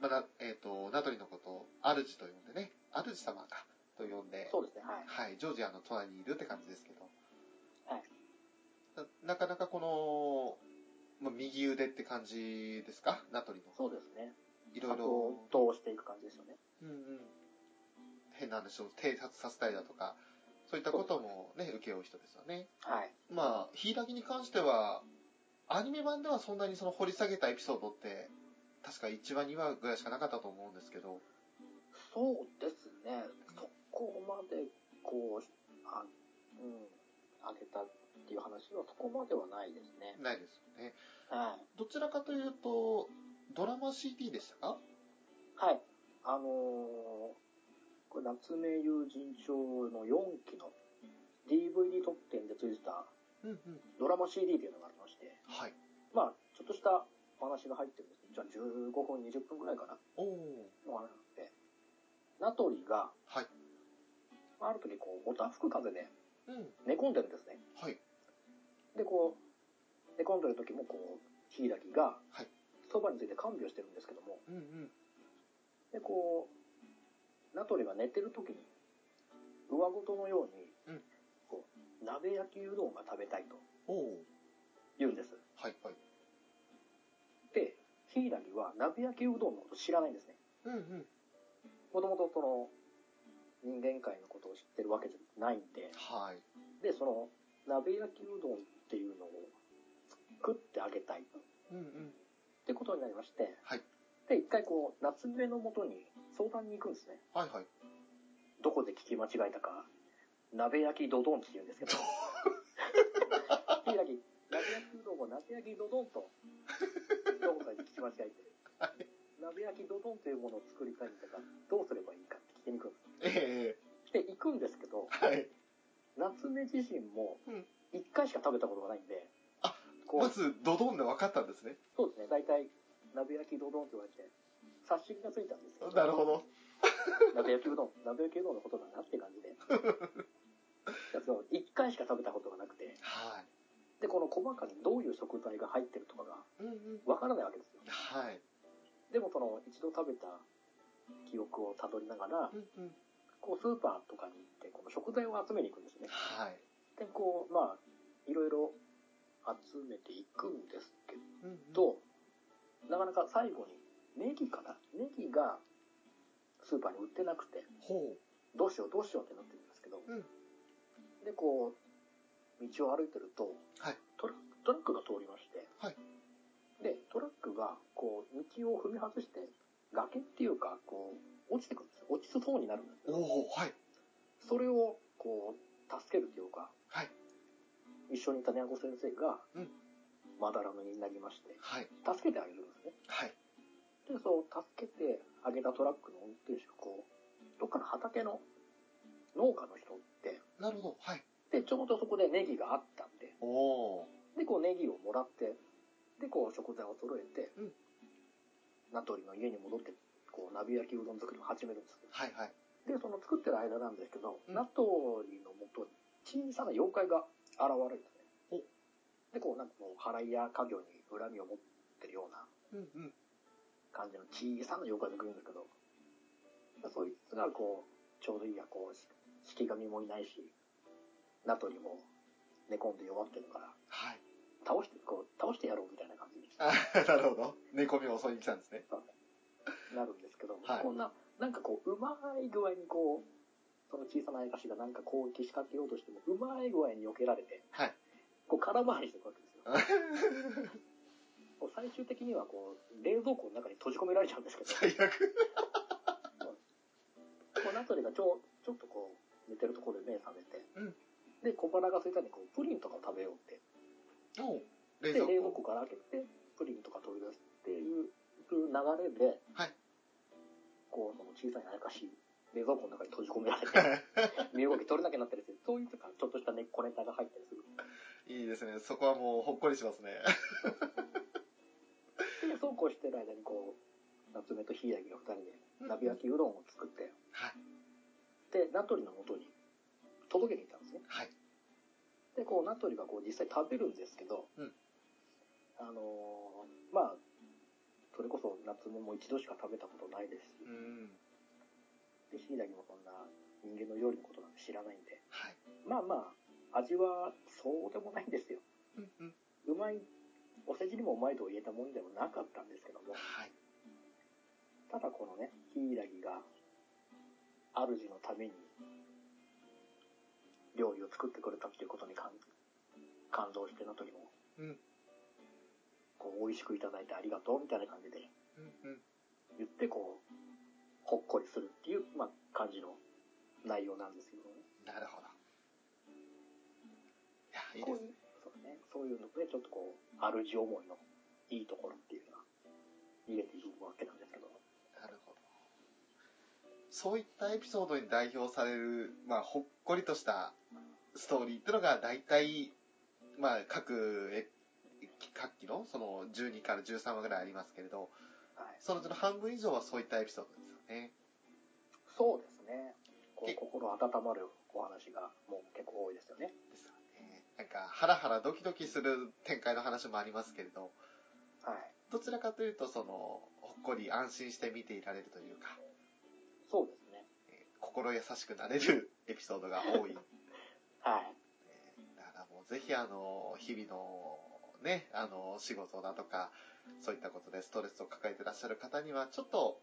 S1: まあな、えっ、と、名取のことを主と呼んでね、主様か、と呼んで、
S2: そうですね、はい。
S1: はい、常時あの、隣にいるって感じですけど、
S2: はい
S1: な。なかなかこの、まあ、右腕って感じですか名取の。
S2: そうですね。
S1: いろい
S2: 後
S1: ろ、
S2: をどうしていく感じですよね。
S1: うんうん、変な話を偵察させたりだとか、そういったこともね、請け負う人ですよね。
S2: はい。
S1: まあ、ヒイラギに関しては、アニメ版ではそんなにその掘り下げたエピソードって、確か1話、2話ぐらいしかなかったと思うんですけど、
S2: そうですね。そこまで、こう、あうん、上げたっていう話はそこまではないですね。
S1: ないですよね。
S2: はい。
S1: どちらかというと、ドラマ CD でしたか
S2: はい。あのー、これ夏目友人帳の4期の DVD 特典でついてた
S1: うんうん。
S2: ドラマ CD っていうのがありまして、
S1: はい。
S2: まあ、ちょっとしたお話が入ってるんですけど、じゃあ15分、20分くらいかな、
S1: おお。
S2: の話なんで、ナトリが、
S1: はい。
S2: まあある時こう、ボタン吹く風で
S1: うん。
S2: 寝込んでるんですね。
S1: はい。
S2: で、こう、寝込んでる時もこう、ヒイラギが
S1: はい、
S2: そばについて看病してるんですけども、
S1: うんうん。
S2: で、こう、ナトリが寝てる時に、上ごとのように、
S1: うん
S2: こう、鍋焼きうどんが食べたいと
S1: おお。
S2: 言うんです。
S1: はいはい。
S2: で、ヒイラギは鍋焼きうどんのこと知らないんですね。
S1: うんうん。
S2: もともとその、人間界のことを知ってるわけじゃないんで、
S1: はい。
S2: で、その、鍋焼きうどんっていうのを作ってあげたいと。
S1: うんうん。
S2: ってことになりまして、
S1: はい
S2: で、一回こう、夏目のもとに相談に行くんですね。
S1: はいはい。
S2: どこで聞き間違えたか、鍋焼きドドンって言うんですけど。ヒイラギ、 鍋焼きうどんを鍋焼きドドンと、どこかで聞き間違えて、鍋焼きドドンというものを作りたいんだが、どうすればいいかって聞きに行くんで
S1: え
S2: す。で、行くんですけど
S1: え、はい。
S2: 夏目自身も
S1: うん、
S2: 一回しか食べたことがないんで、
S1: あ
S2: こ
S1: ま
S2: う、
S1: ず、ドドンで分かったんですね。
S2: そうですね、大体、鍋焼きドドンって言われて、察しがついたんですけど、
S1: なるほど。
S2: 鍋焼きうどん、鍋焼きうどんのことだなって感じで。だから一回しか食べたことがなくて、
S1: は
S2: で、この細かにどういう食材が入ってるとかが
S1: い。うんうん。
S2: わからないわけですよ。
S1: はい。
S2: でもその一度食べた記憶をたどりながら
S1: う、んうん。
S2: こうスーパーとかに行って、この食材を集めに行くんですね。
S1: はい。
S2: で、こう、まあ、いろいろ集めていくんですけ
S1: うんうん、
S2: ど、なかなか最後にネギかなネギがスーパーに売ってなくて、
S1: ほ
S2: どうしようどうしようってなってるんですけど、
S1: うん
S2: でこう道を歩いてると、
S1: はい
S2: トラトラックが通りまして、
S1: はい
S2: でトラックがこう道を踏み外して崖っていうかこう落ちてくるんですよ落ちそうになるんです
S1: う。
S2: よ
S1: おお、はい。
S2: それをこう助けるというか
S1: はい。
S2: 一緒にいた猫先生が、
S1: うん
S2: まだらめになりまして
S1: はい。
S2: 助けてあげるんですね
S1: はい。
S2: でそう助けてあげたトラックの運転手がこうどっかの畑の農家の人って
S1: なるほど。はい。
S2: で、ちょうどそこでネギがあったんで、
S1: おお。
S2: で、こうネギをもらって、で、こう食材を揃えて、
S1: うん
S2: ナトリの家に戻って、こう、鍋焼きうどん作りを始めるんです
S1: はいはい。
S2: けどで、その作ってる間なんですけど、
S1: うん
S2: ナトリの元に小さな妖怪が現れるんですね。で、こう、なんかもう、払いや家業に恨みを持ってるような
S1: うんうん。
S2: 感じの小さな妖怪が来るんだけど、でそいつがこう、ちょうどいいや、こう、し式神もいないし、ナトリも寝込んで弱ってるから、
S1: はい。
S2: 倒して、こう、倒してやろうみたいな感じに
S1: あなるほど。寝込みを襲いに来たんですね。
S2: なるんですけど、
S1: はい
S2: こんな、なんかこう、うまい具合にこう、その小さな妖怪がなんか攻撃仕掛けようとしても、うまい具合に避けられて、
S1: はい。
S2: こう、空回りしていくわけですよ。 こう最終的にはこう、冷蔵庫の中に閉じ込められちゃうんですけど、
S1: 最悪。
S2: こうナトリがちょちょっとこう寝てるところで目覚めて、
S1: うん
S2: で小腹が空いたんでこうプリンとかを食べようって
S1: おう冷
S2: で
S1: 蔵庫。
S2: 冷蔵庫から開けてプリンとか取り出すっていう流れで、
S1: はい
S2: こうその小さいあやかしい冷蔵庫の中に閉じ込めら れて身動き取れなくなったりしてそういうとかちょっとした根っこネタが入ったりする
S1: いいですね。そこはもうほっこりしますね。
S2: で走行してる間にこう、夏目と柊が二人
S1: う
S2: で、
S1: ん
S2: 鍋焼きうどんを作って、
S1: はい。
S2: で、ナトリの元に届けに行ったんですね。
S1: はい。
S2: で、こう、ナトリがこう、実際食べるんですけど、
S1: うん
S2: あのーまあ、それこそ夏目も一度しか食べたことないですし、
S1: うん。
S2: で、ヒイラギもそんな人間の料理のことなんて知らないんで、
S1: はい。
S2: まあまあ、味はそうでもないんですよ。
S1: うんうん。
S2: うまい、お世辞にもうまいと言えたもんでもなかったんですけども、
S1: はい。
S2: ただこのね、ヒイラギが、主のために、料理を作ってくれたっていうことに感感動して、の時も、
S1: うん
S2: こう、美味しくいただいてありがとうみたいな感じで
S1: うんうん。
S2: 言って、こう、ほっこりするっていう、まあ、感じの内容なんですけどね。
S1: なるほど。いや、いい
S2: こ
S1: で
S2: う
S1: すね。
S2: そうね、そういうので、ちょっとこう、主思いのいいところっていうのが見れているわけなんですけど。
S1: なるほど。そういったエピソードに代表される、まあ、ほっこりとしたストーリーってのが、大体、まあ、各え、各期の、その、12から13話ぐらいありますけれど、
S2: はい。
S1: そのうちの半分以上はそういったエピソードですよね。
S2: そうですね。こう
S1: 結
S2: 心温まるお話がもう結構多いですよね。
S1: ですよね。なんか、ハラハラドキドキする展開の話もありますけれど、
S2: はい。
S1: どちらかというと、その、ほっこり安心して見ていられるというか、
S2: そうですね。
S1: えー心優しくなれるエピソードが多い。
S2: はい。
S1: だからもうぜひあの、日々のね、あの、仕事だとか、そういったことでストレスを抱えてらっしゃる方には、ちょっと、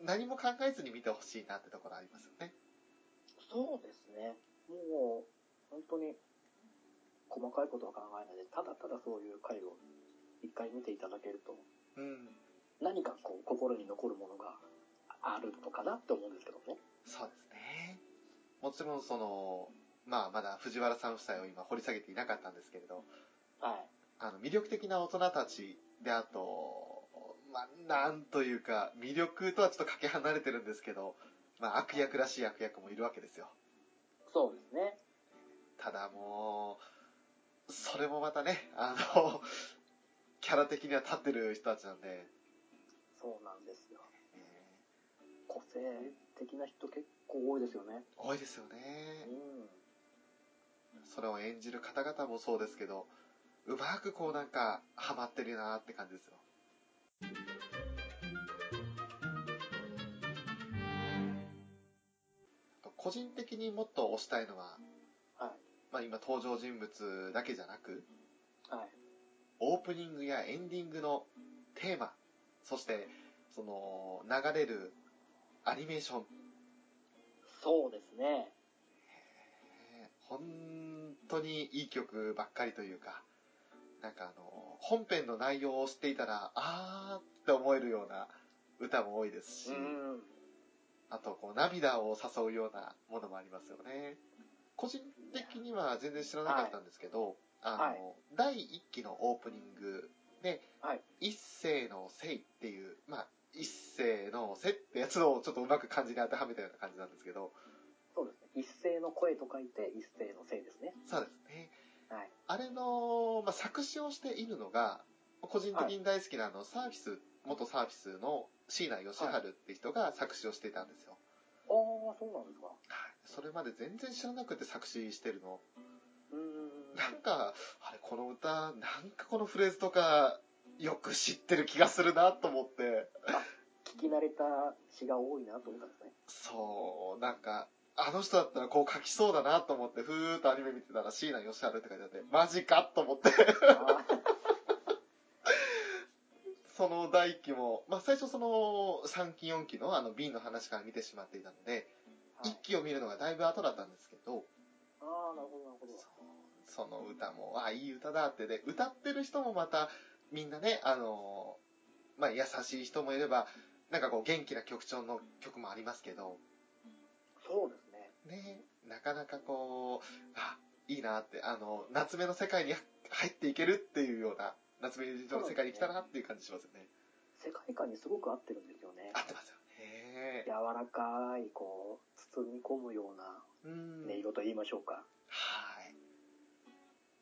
S1: 何も考えずに見てほしいなってところありますよね。
S2: そうですね。もう、本当に、細かいことは考えないで、ただただそういう回を一回見ていただけると、
S1: うん。
S2: 何かこう、心に残るものがあるのかなって思うんですけどね。
S1: そうですね。もちろんその、まあまだ藤原さん夫妻を今掘り下げていなかったんですけれど、
S2: はい。
S1: あの、魅力的な大人たちであと、まあ、なんというか、魅力とはちょっとかけ離れてるんですけど、まあ、悪役らしい悪役もいるわけですよ。
S2: そうですね。
S1: ただもう、それもまたね、あの、 キャラ的には立ってる人たちなんで、
S2: そうなんですよ。
S1: えー
S2: 個性的な人結構多いですよね。
S1: 多いですよ
S2: う
S1: ね。
S2: ん。
S1: それを演じる方々もそうですけど、うまくこうなんか、ハマってるなって感じですよ。個人的にもっと推したいのは、
S2: はい。
S1: まあ今登場人物だけじゃなく、
S2: はい。
S1: オープニングやエンディングのテーマ、そして、その、流れるアニメーション。
S2: そうですね。
S1: ね本当にいい曲ばっかりというか、なんかあの、本編の内容を知っていたら、あーって思えるような歌も多いですし、
S2: うん。
S1: あとこう涙を誘うようなものもありますよね。個人的には全然知らなかったんですけど、あの、第1期のオープニングで、
S2: はい
S1: 一世のせいっていう、まあ、一世のせってやつをちょっとうまく漢字に当てはめたような感じなんですけど、
S2: そうですね。一斉の声と書いて、一斉のせいですね。
S1: そうですね。
S2: はい。
S1: あれの、まあ、作詞をしているのが、個人的に大好きなあの、サーフィス、元サーフィスの椎名義春って人が作詞をしていたんですよ。
S2: ああ、そうなんですか。
S1: はいそれまで全然知らなくて作詞してるの。
S2: うーん。
S1: なんか、あれ、この歌、なんかこのフレーズとか、よく知ってる気がするなと思って、
S2: 聞き慣れた詩が多いなと思ったん ですね。
S1: そう、なんか、あの人だったらこう書きそうだなと思って、ふーっとアニメ見てたら、椎名義春って書いてあって、マジかと思って、
S2: あー
S1: その第一期も、まあ、最初その3期4期のあの瓶の話から見てしまっていたので、
S2: はい
S1: 1、期を見るのがだいぶ後だったんですけど、
S2: あーなるほど、なるほど。
S1: その歌も、あ、いい歌だってで、歌ってる人もまた、みんなね、あの、まあ、優しい人もいれば、なんかこう元気な曲調の曲もありますけど、
S2: そうですね。
S1: ね、なかなかこう、あ、いいなって、あの、夏目の世界に入っていけるっていうような、夏目友人の世界に来たなっていう感じしますよね。
S2: 世界観にすごく合ってるんですよね
S1: 合。ってますよね。
S2: 柔らかい、こう、包み込むような
S1: うん。
S2: 音色と言いましょうか。
S1: は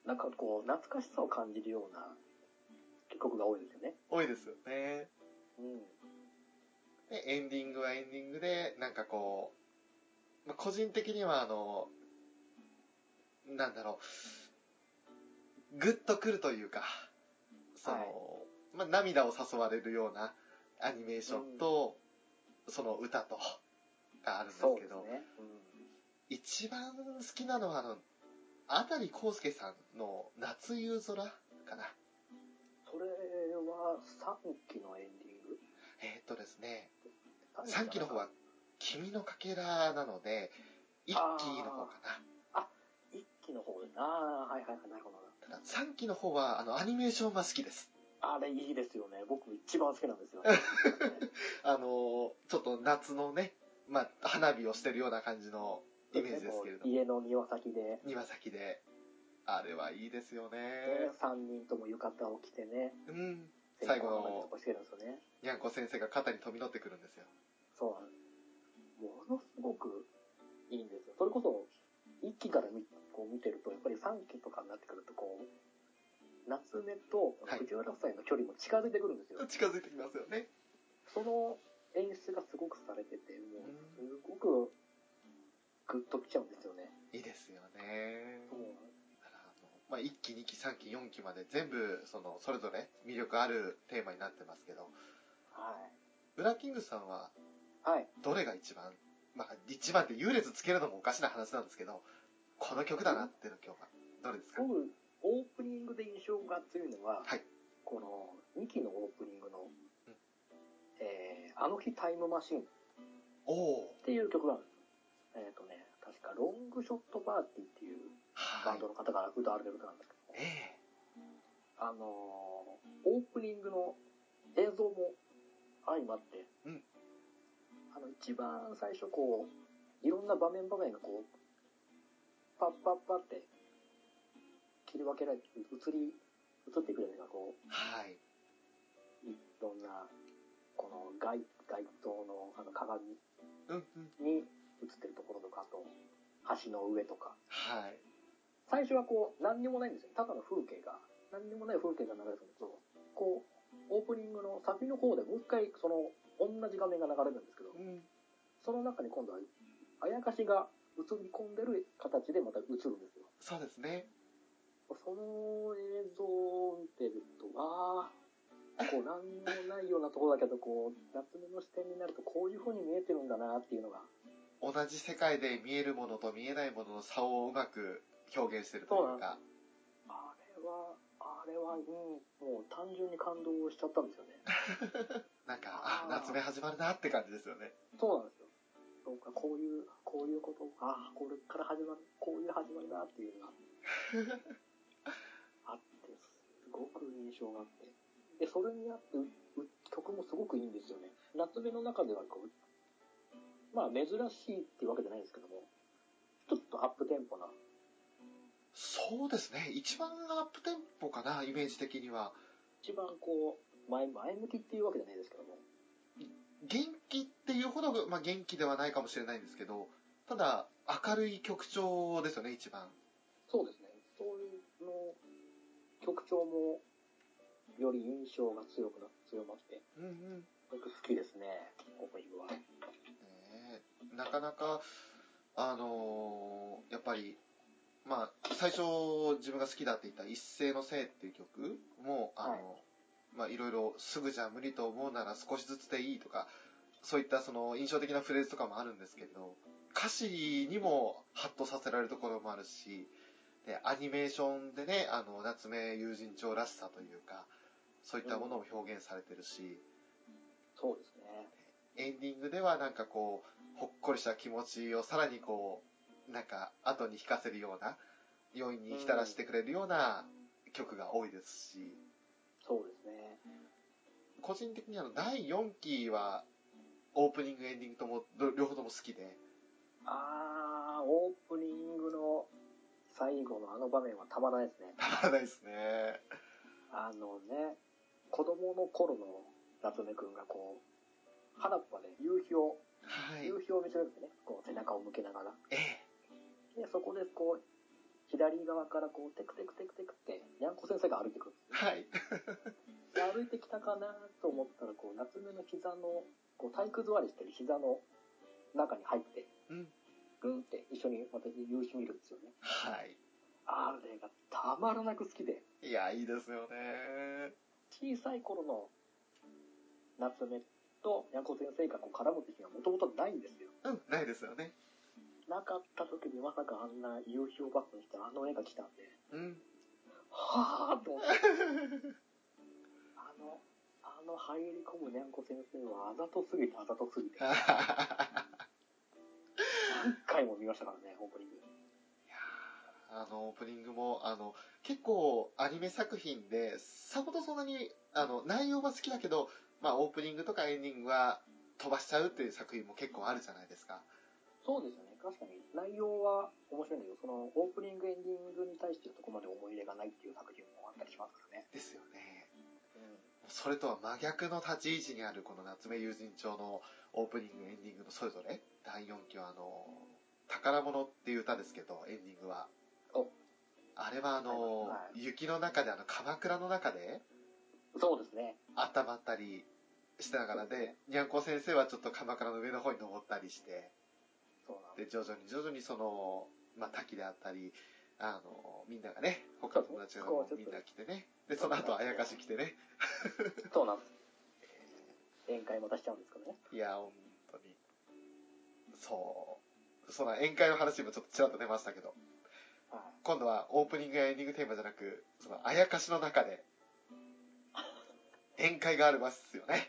S1: い。
S2: なんかこう、懐かしさを感じるような曲が多いですよね。
S1: 多いですよね。
S2: うん。
S1: で、エンディングはエンディングで、なんかこう、まあ個人的にはあの、なんだろう、グッとくるというか、その、
S2: は
S1: まあ、涙を誘われるようなアニメーションと、その歌と、があるんです
S2: そう
S1: け
S2: です
S1: ど、
S2: ね。
S1: 一番好きなのはあの、あたりこうすけさんの夏夕空かな。
S2: それは3期のエンディング
S1: えーっとですね、
S2: 三
S1: 3期の方は、君のかけらなので、1期の方かな。
S2: 一期の方で、ああ、はいはいはい、なるほどな。
S1: ただ3期の方は、あの、アニメーションが好きです。
S2: あれいいですよね。僕一番好きなんですよ。ね
S1: あのーちょっと夏のね、まあ、花火をしてるような感じの イメージですけれども、
S2: 家の庭先で、
S1: 庭先で、あれはいいですよ
S2: ね
S1: ね。
S2: 三人とも浴衣を着てね、
S1: うん。最後の
S2: 洗濯とかしてるんですよね。
S1: にゃんこ先生が肩に飛び乗ってくるんですよ。
S2: そうなんです。ものすごくいいんですよ。それこそ、一期から見こう見てると、やっぱり三期とかになってくると、こう、夏目と
S1: はい
S2: 藤原夫妻の距離も近づいてくるんですよ。
S1: 近づいてきますよね。
S2: その演出がすごくされてて、も
S1: うん
S2: う、すごく、グッときちゃうんですよね。
S1: いいですよね。
S2: そうなん
S1: だからあのまあ、1期、2期、3期、4期まで全部、その、それぞれ魅力あるテーマになってますけど、
S2: は。
S1: ブラキングさんはい
S2: はい。
S1: どれが一番、まあ、一番って優劣つけるのもおかしな話なんですけど、この曲だなっていうの今日は。どれですか
S2: 僕、オープニングで印象が強いのは、
S1: はい
S2: この2期のオープニングの、
S1: うん
S2: えーあの日タイムマシンっ
S1: おお
S2: ていう曲があるんですよ。えっ、とね、確かロングショットパーティーっていうバ
S1: は
S2: ン
S1: い
S2: ド。の方が歌われてる歌なんですけど、
S1: ええ
S2: あのーオープニングの映像も相まって、
S1: うん
S2: あの一番最初こう、いろんな場面場面がこう、パッパッパって切り分けられて、映り、映っていくじゃないですか、こう、
S1: はい。
S2: いろんな、この街、街灯のあの鏡
S1: うんうん。
S2: に映ってるところとか、あと、橋の上とか。
S1: はい。
S2: 最初はこう、何にもないんですよ。ただの風景が、何にもない風景が流れてくるんですけど、こう、オープニングのサビの方でもう一回、その、同じ画面が流れるんですけど
S1: う、ん。
S2: その中に今度は、あやかしが映り込んでる形でまた映るんですよ。
S1: そうですね。
S2: その映像を見てると、ああ、こう何もないようなところだけど、こう、夏目の視点になるとこういう風に見えてるんだなっていうのが、
S1: 同じ世界で見えるものと見えないものの差をうまく表現してるというか、
S2: あれは、あれは、うん、もう単純に感動しちゃったんですよね。
S1: なんか、あ
S2: あ、ー
S1: 夏目始まるなって感じですよね。
S2: そうなんですよ。そうか、こういう、こういうこと、ああ、これから始まる、こういう始まりだっていうのが、あって、すごく印象があって。で、それにあって、うう曲もすごくいいんですよね。夏目の中ではこう、まあ珍しいっていうわけじゃないですけども、ちょっとアップテンポな、
S1: そうですね。一番アップテンポかな、イメージ的には。
S2: 一番こう、前、前向きっていうわけじゃないですけども、
S1: 元気っていうほど、まあ、元気ではないかもしれないんですけど、ただ、明るい曲調ですよね、一番。
S2: そうですね。そういうの、曲調も、より印象が強くな、強まって、
S1: うんうん。
S2: 僕好きですね、オープニングは。
S1: ねえなかなか、あのーやっぱり、まあ、最初自分が好きだって言った一斉のせいっていう曲も、あの、
S2: はい
S1: まあ、いろいろすぐじゃ無理と思うなら少しずつでいいとか、そういったその印象的なフレーズとかもあるんですけれど、歌詞にもハッとさせられるところもあるし、で、アニメーションでね、あの、夏目友人帳らしさというか、そういったものを表現されてるし、
S2: そうですね。
S1: エンディングではなんかこう、ほっこりした気持ちをさらにこう、なんか後に弾かせるような、余韻に浸らしてくれるような曲が多いですし、
S2: そうですね。
S1: 個人的にあの第4期はオープニングエンディングともど両方とも好きで、
S2: あー、オープニングの最後のあの場面はたまらないですね。
S1: たまらないですね。
S2: あのね、子供の頃の夏目くんがこう、原っぱで夕日を、
S1: はい。
S2: 夕日を見つめるんですね。こう背中を向けながら。
S1: ええ。
S2: で、そこでこう、左側からこう、テクテクテクテクって、にゃんこ先生が歩いてくる。
S1: はい。
S2: で歩いてきたかなと思ったら、こう、夏目の膝の、こう、体育座りしてる膝の中に入って、
S1: うん。
S2: グーって一緒に私、夕日見るんですよね。
S1: はい。
S2: あれがたまらなく好きで、
S1: いや、いいですよね。
S2: 小さい頃の夏目とにゃんこ先生がこう絡む時はもともとないんですよ。
S1: うん、ないですよね。
S2: なかった時にまさかあんな夕日をバックにしてあの絵が来たんで、
S1: うん。
S2: はぁーと思って。あの、あの入り込むにゃんこ先生はあざとすぎてあざとすぎて、何回も見ましたからね、オープニング。
S1: あの、オープニングも、あの、結構アニメ作品で、さほどそんなに、あの、内容は好きだけど、まあ、オープニングとかエンディングは飛ばしちゃうっていう作品も結構あるじゃないですか。
S2: そうですよね。確かに内容は面白いんだけど、そのオープニングエンディングに対してそこまで思い入れがないっていう作品もあったりしますからね。
S1: ですよね。それとは真逆の立ち位置にあるこの夏目友人帳のオープニング、エンディングのそれぞれ、第4期はあの、宝物っていう歌ですけど、エンディングは。
S2: お
S1: あれはあの、
S2: は
S1: 雪の中で、あの、鎌倉の中で、
S2: そうですね。
S1: 温まったりしながらで、にゃんこ先生はちょっと鎌倉の上の方に登ったりして、
S2: そうなんです
S1: で、徐々に徐々にその、まあ、滝であったり、あの、みんながね、他の友達が
S2: そうそう
S1: みんな来てね、で、その後、あやかし来てね、
S2: そうなんです。宴会も出しちゃうんですけどね。
S1: いや、本当に。そう。その宴会の話もちょっとちらっと出ましたけど、
S2: は
S1: 今度はオープニングやエンディングテーマじゃなく、その、あやかしの中で、宴会がありますよね。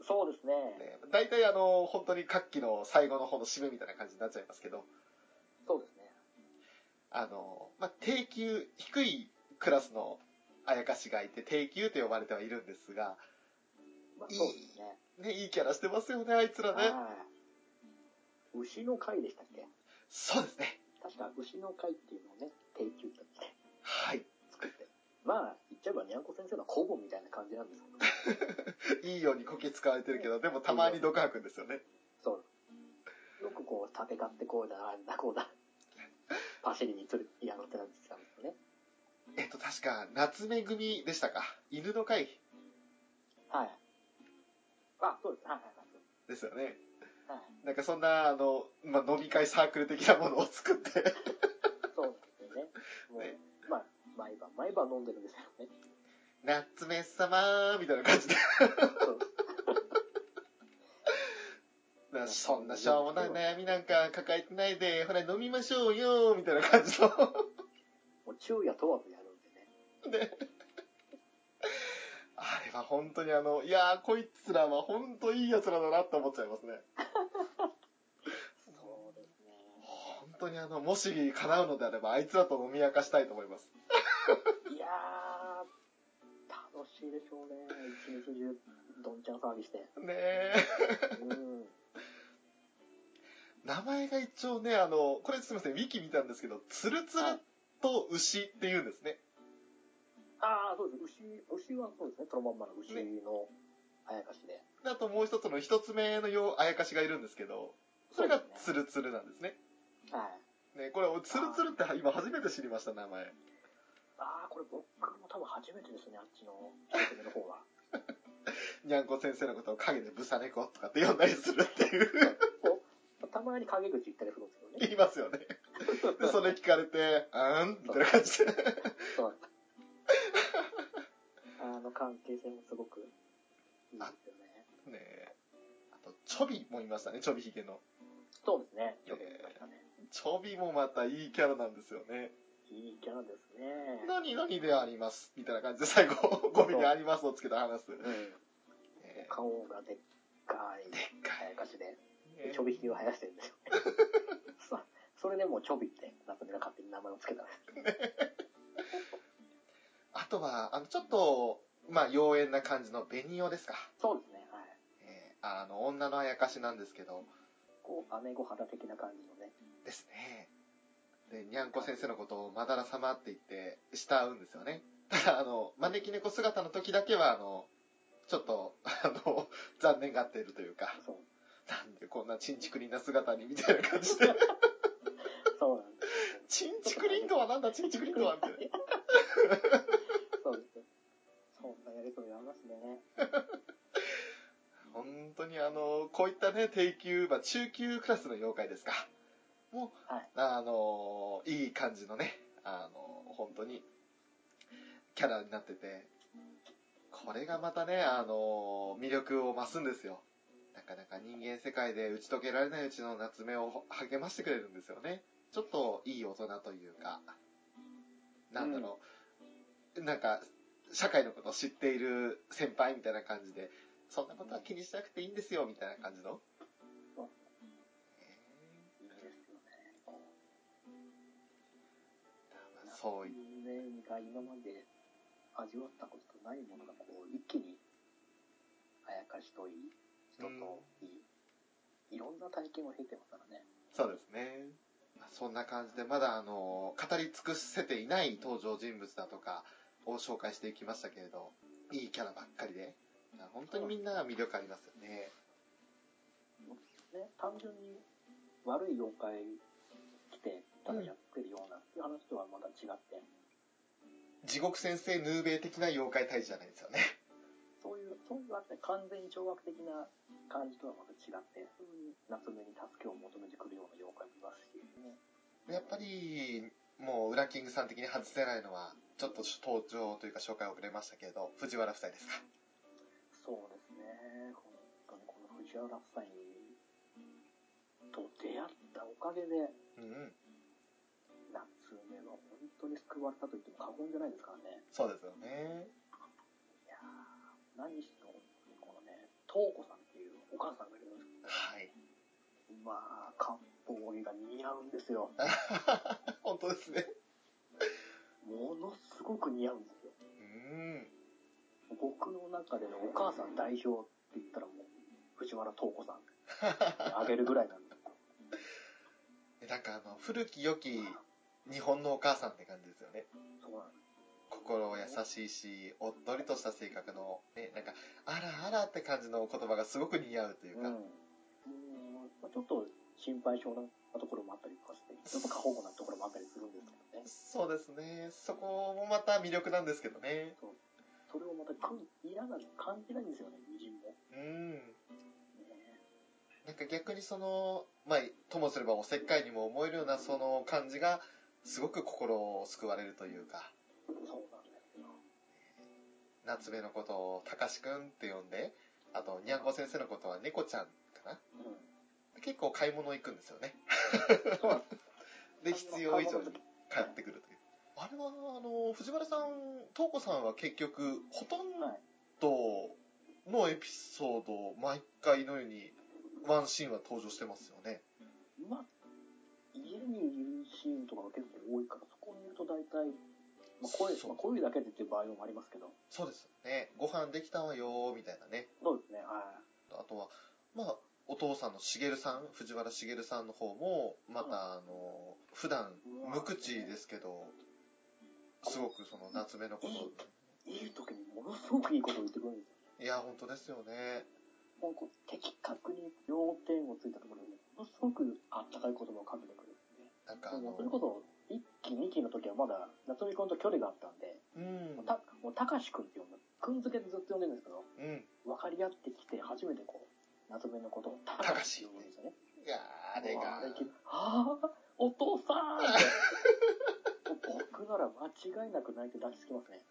S2: い。そうですね。
S1: ね大体あの、本当に各期の最後の方の締めみたいな感じになっちゃいますけど、
S2: そうですね。
S1: あの、まあ、低級、低いクラスのあやかしがいて、低級と呼ばれてはいるんですが、
S2: まあ、
S1: いい
S2: そうですね。
S1: ね、いいキャラしてますよね、あいつらね。
S2: はい。牛の会でしたっけ
S1: そうですね。
S2: 確か牛の会っていうのをね、定休だって
S1: はい。
S2: 作って。まあ、言っちゃえばにゃんこ先生の顧問みたいな感じなんですけど。
S1: いいようにこき使われてるけど、でもたまに毒吐くんですよね。
S2: そう。よくこう、戦ってこうだ、あんだこうだ。パシリに釣る、いやがってなんですよね。
S1: えっと、確か、夏目組でしたか。犬の会
S2: はい。あ、そうです。はいはいは
S1: ですよね。
S2: い。はい。
S1: なんかそんな、あの、まあ、飲み会サークル的なものを作って、
S2: そうなんですよね。もう、
S1: ね
S2: まあ、毎晩、毎晩飲んでるんですよね。
S1: 夏目様みたいな感じで。
S2: そう
S1: なそんなしょうもない悩みなんか抱えてないで、ほら飲みましょうよみたいな感じの。
S2: もう昼夜問わずやるんでね。
S1: あれは本当にあの、いやー、こいつらは本当いい奴らだなって思っちゃいますね。
S2: そうですね。
S1: 本当にあの、もし叶うのであれば、あいつらと飲み明かしたいと思います。
S2: いやー、楽しいでしょうね。一日中、どんちゃん騒ぎして。
S1: ねえ。
S2: うん。
S1: 名前が一応ね、あの、これすみません、ウィキ見たんですけど、ツルツルと牛っていうんですね。
S2: ああ、そうです。牛、牛はそうですね。そのまんまの牛のあやかしで。
S1: あともう一つの一つ目のようあやかしがいるんですけど、それがツ
S2: る。
S1: ルツルなんですね。
S2: はい。
S1: ね、これ、ツルツルって今初めて知りました、名前。
S2: ああ、これ僕も多分初めてですね、あっちの、一つ目の方は。
S1: にゃんこ先生のことを陰でブサネコとかって呼んだりするっていう、
S2: そうたまに陰口言ったりするんですよね。
S1: 言いますよね。 で、それ聞かれて、あんみたいな感じで。
S2: そう。あの関係性もすごくいいですよね。
S1: ねえあと、チョビもいましたね、チョビヒゲの。
S2: そうですね。
S1: えー
S2: ちょっと言いましたね。
S1: チョビもまたいいキャラなんですよね。
S2: いいキャラですね。
S1: 何々でありますみたいな感じで最後、語尾にありますをつけて話す。
S2: うん。
S1: ね
S2: 顔がでっかい。でっ
S1: かい
S2: あやかしで。
S1: え
S2: ちょびひげを生やしてるんです よ。そそれでもうちょびって、夏目が勝手に名前をつけたんです。
S1: あとは、あの、ちょっと、まあ、妖艶な感じの紅オですか。
S2: そうですね。はい。
S1: えーあの、女のあやかしなんですけど、
S2: こう、姉御肌的な感じのね。
S1: ですね。で、にゃんこ先生のことをまだら様って言って、慕うんですよね。ただ、あの、招き猫姿の時だけは、あの、ちょっと、あの、残念がっているというか、
S2: そう。
S1: なんでこんなちんちくりんな姿にみたいな感じで、
S2: そうなんですよ。
S1: チンチクリンドはなんだ、チンチクリンドはみたいな。
S2: そうですね。そんなやりとりありますね。
S1: 本当にあの、こういったね、低級、まあ中級クラスの妖怪ですか。もう、
S2: はい
S1: あの、いい感じのね、あの、本当に、キャラになってて、これがまたね、あの、魅力を増すんですよ。なかなか人間世界で打ち解けられないうちの夏目を励ましてくれるんですよね。ちょっといい大人というか、なんだろう、なんか、社会のことを知っている先輩みたいな感じで、そんなことは気にしなくていいんですよ、みたいな感じの。
S2: そう
S1: え
S2: いいですよね。
S1: ーそうい
S2: ねが今まで味わったことないものがこう一気にあやかしといい人といい、いろんな体験を経てますからね
S1: そうですね。まあそんな感じで、まだあの、語り尽くせていない登場人物だとかを紹介していきましたけれど、いいキャラばっかりで、まあ本当にみんな魅力ありますよね。
S2: ね単純に悪い妖怪来てただやってるようなっていう話とはまた違って、
S1: 地獄先生ヌーベイ的な妖怪退治じゃないですよね。
S2: そういうそういうあって完全に懲悪的な感じとはまた違って普通に夏目に助けを求めてくるような妖怪もいますし、
S1: やっぱり、もう、ウラキングさん的に外せないのは、ちょっと登場というか紹介遅れましたけれど、藤原夫妻ですか。
S2: そうですね、本当にこの藤原夫妻と出会ったおかげで、
S1: うんうん、
S2: 夏目は本当に救われたと言っても過言じゃないですからね。
S1: そうですよね。
S2: いやー何しろ、このね、東子さんっていうお母さんがいるんですけ
S1: はい。
S2: ど、まあ、漢方着が似合うんですよ。
S1: 本当ですね。
S2: ものすごく似合うんですよ。
S1: うん。
S2: 僕の中でのお母さん代表って言ったらもう、藤原東子さんってあげるぐらいなんですよ。
S1: でなんかあの、古き良 き日本のお母さんって感じですよね。
S2: そうなんです。
S1: 心優しいし、おっとりとした性格の、ね、なんか、あらあらって感じの言葉がすごく似合うというか、
S2: うんまあ、ちょっと心配性なところもあったりとか して、ちょっと過保護なところもあったりするんですけどね。
S1: そうですね。そこもまた魅力なんですけどね。
S2: それをまた苦にいらなく感じないんですよね、みじんも。
S1: うん。
S2: ね
S1: なんか逆にその、まあ、ともすればおせっかいにも思えるようなその感じが、すごく心を救われるというか、
S2: そうなんですよ。
S1: 夏目のことをたかしくんって呼んで、あと、にゃんこ先生のことは猫ちゃんかな
S2: う
S1: 結構買い物行くんですよね。
S2: ん。そうなんです。
S1: で、必要以上に買ってくるという。あれは、あの、藤原さん、東子さんは結局、ほとん
S2: はい。
S1: どのエピソード、毎回のように、ワンシーンは登場してますよね。
S2: まあ、家にいるシーンとかが結構多いから、そこにいると大体、まあ、声、
S1: そう
S2: まあ、声だけでっていう場合もありますけど。
S1: そうですよね。ご飯できたわよ、みたいなね。
S2: そうですね、は
S1: あとは、まあ、お父さんの茂さん、藤原茂さんの方も、ま
S2: うん
S1: た、あの、普段、
S2: い。
S1: 無口ですけど、すごくその夏目のこ
S2: いい
S1: と、
S2: いい時にものすごくいいことを言ってくるんですよ。
S1: いや、本当ですよね。
S2: もうこう的確に要点をついたところに、ものすごくあったかい言葉をかけてくるんですね。
S1: なんかあ
S2: も
S1: の
S2: うそ、れこそ、1期、2期の時はまだ、夏美くんと距離があったんで、
S1: うん
S2: もう、た、もう、たかしくんって呼んだ。くん付けでずっと呼んでるんですけど、
S1: うん。
S2: 分かり合ってきて、初めてこう、夏目のことをたかしって呼ぶんですよね。
S1: いやーあれが
S2: あ、あー、お父さんって 僕なら間違いなく泣いて抱きつきますね。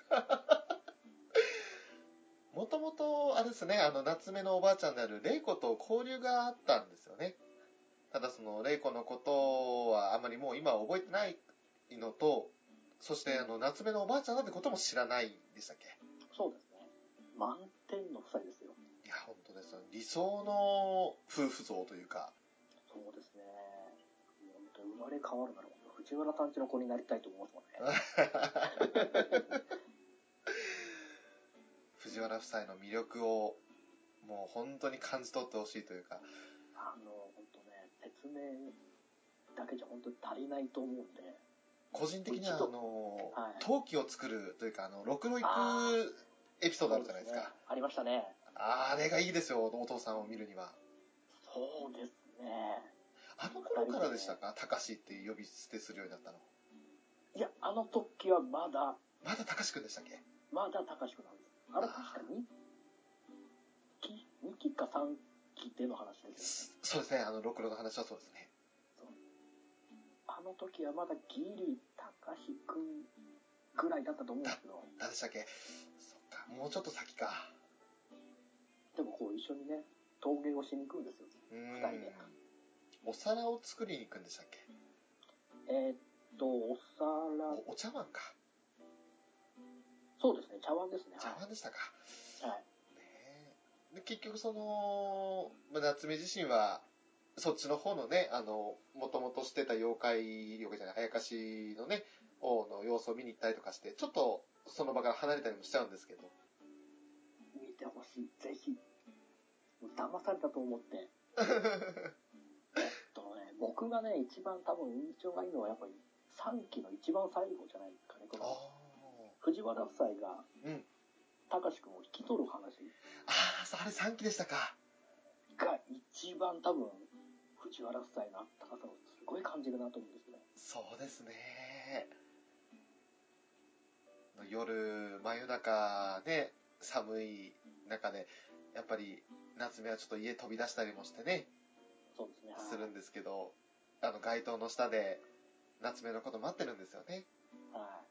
S1: もともと、あれですね、あの、夏目のおばあちゃんである玲子と交流があったんですよね。ただその、玲子のことはあまりもう今は覚えてないのと、そしてあの、夏目のおばあちゃんだってことも知らないでしたっけ
S2: そうですね。満点の夫妻ですよ。
S1: いや、本当ですよ。理想の夫婦像というか、
S2: そうですね。本当生まれ変わるなら、藤原さんちの子になりたいと思いますもんね。
S1: 藤原夫妻の魅力を、もう本当に感じ取ってほしいというか、
S2: あの、本当ね、説明だけじゃ本当に足りないと思うんで、
S1: 個人的には、あ
S2: ちょっ
S1: の、
S2: はい
S1: 陶器を作るというか、あの、ろくろ行
S2: あ
S1: くエピソードあるじゃ
S2: そ
S1: な
S2: う
S1: い
S2: です
S1: ですか
S2: ね。。ありましたね。
S1: あれがいいですよ、お父さんを見るには。
S2: そうですね。
S1: あの頃からでしたかたかしって呼び捨てするようになったの。
S2: いや、あの時はまだ、
S1: まだたかしくんでしたっけ
S2: まだ高しくなんです。あれ確かに期、2期か3期での話ですよ。
S1: すそうですね、あの、ろくろの話はそうですね。
S2: あの時はまだギリ高しくんぐらいだったと思うんですけど、
S1: 何でしたっけそっか、もうちょっと先か。
S2: でもこう一緒にね、陶芸をしに行くんですよ。
S1: うーん
S2: 二人で。
S1: お皿を作りに行くんでしたっけ
S2: えーっと、お皿、
S1: おお茶碗か。
S2: そうですね、茶碗ですね。
S1: 茶
S2: は
S1: 碗でしたか。
S2: い。はい
S1: ねえで結局その、まあ夏目自身は、そっちの方のね、あの、もともとしてた妖怪、妖怪じゃない、あやかしのね、王の様子を見に行ったりとかして、ちょっとその場から離れたりもしちゃうんですけど、
S2: 見てほしい、ぜひ。もう騙されたと思って。えっとね、僕がね、一番多分印象がいいのは、やっぱり3期の一番最後じゃないですかね。こ
S1: あ
S2: の藤原夫妻が、
S1: うん
S2: 高志くんを引き取る話
S1: あ、あーあれ3期でしたか。
S2: が一番多分、藤原夫妻のあったかさをすごい感じるなと思うんですね。
S1: そうですね。夜、真夜中ね、寒い中で、やっぱり夏目はちょっと家飛び出したりもしてね、
S2: そうですね。
S1: するんですけど、あの街灯の下で夏目のこと待ってるんですよね。
S2: は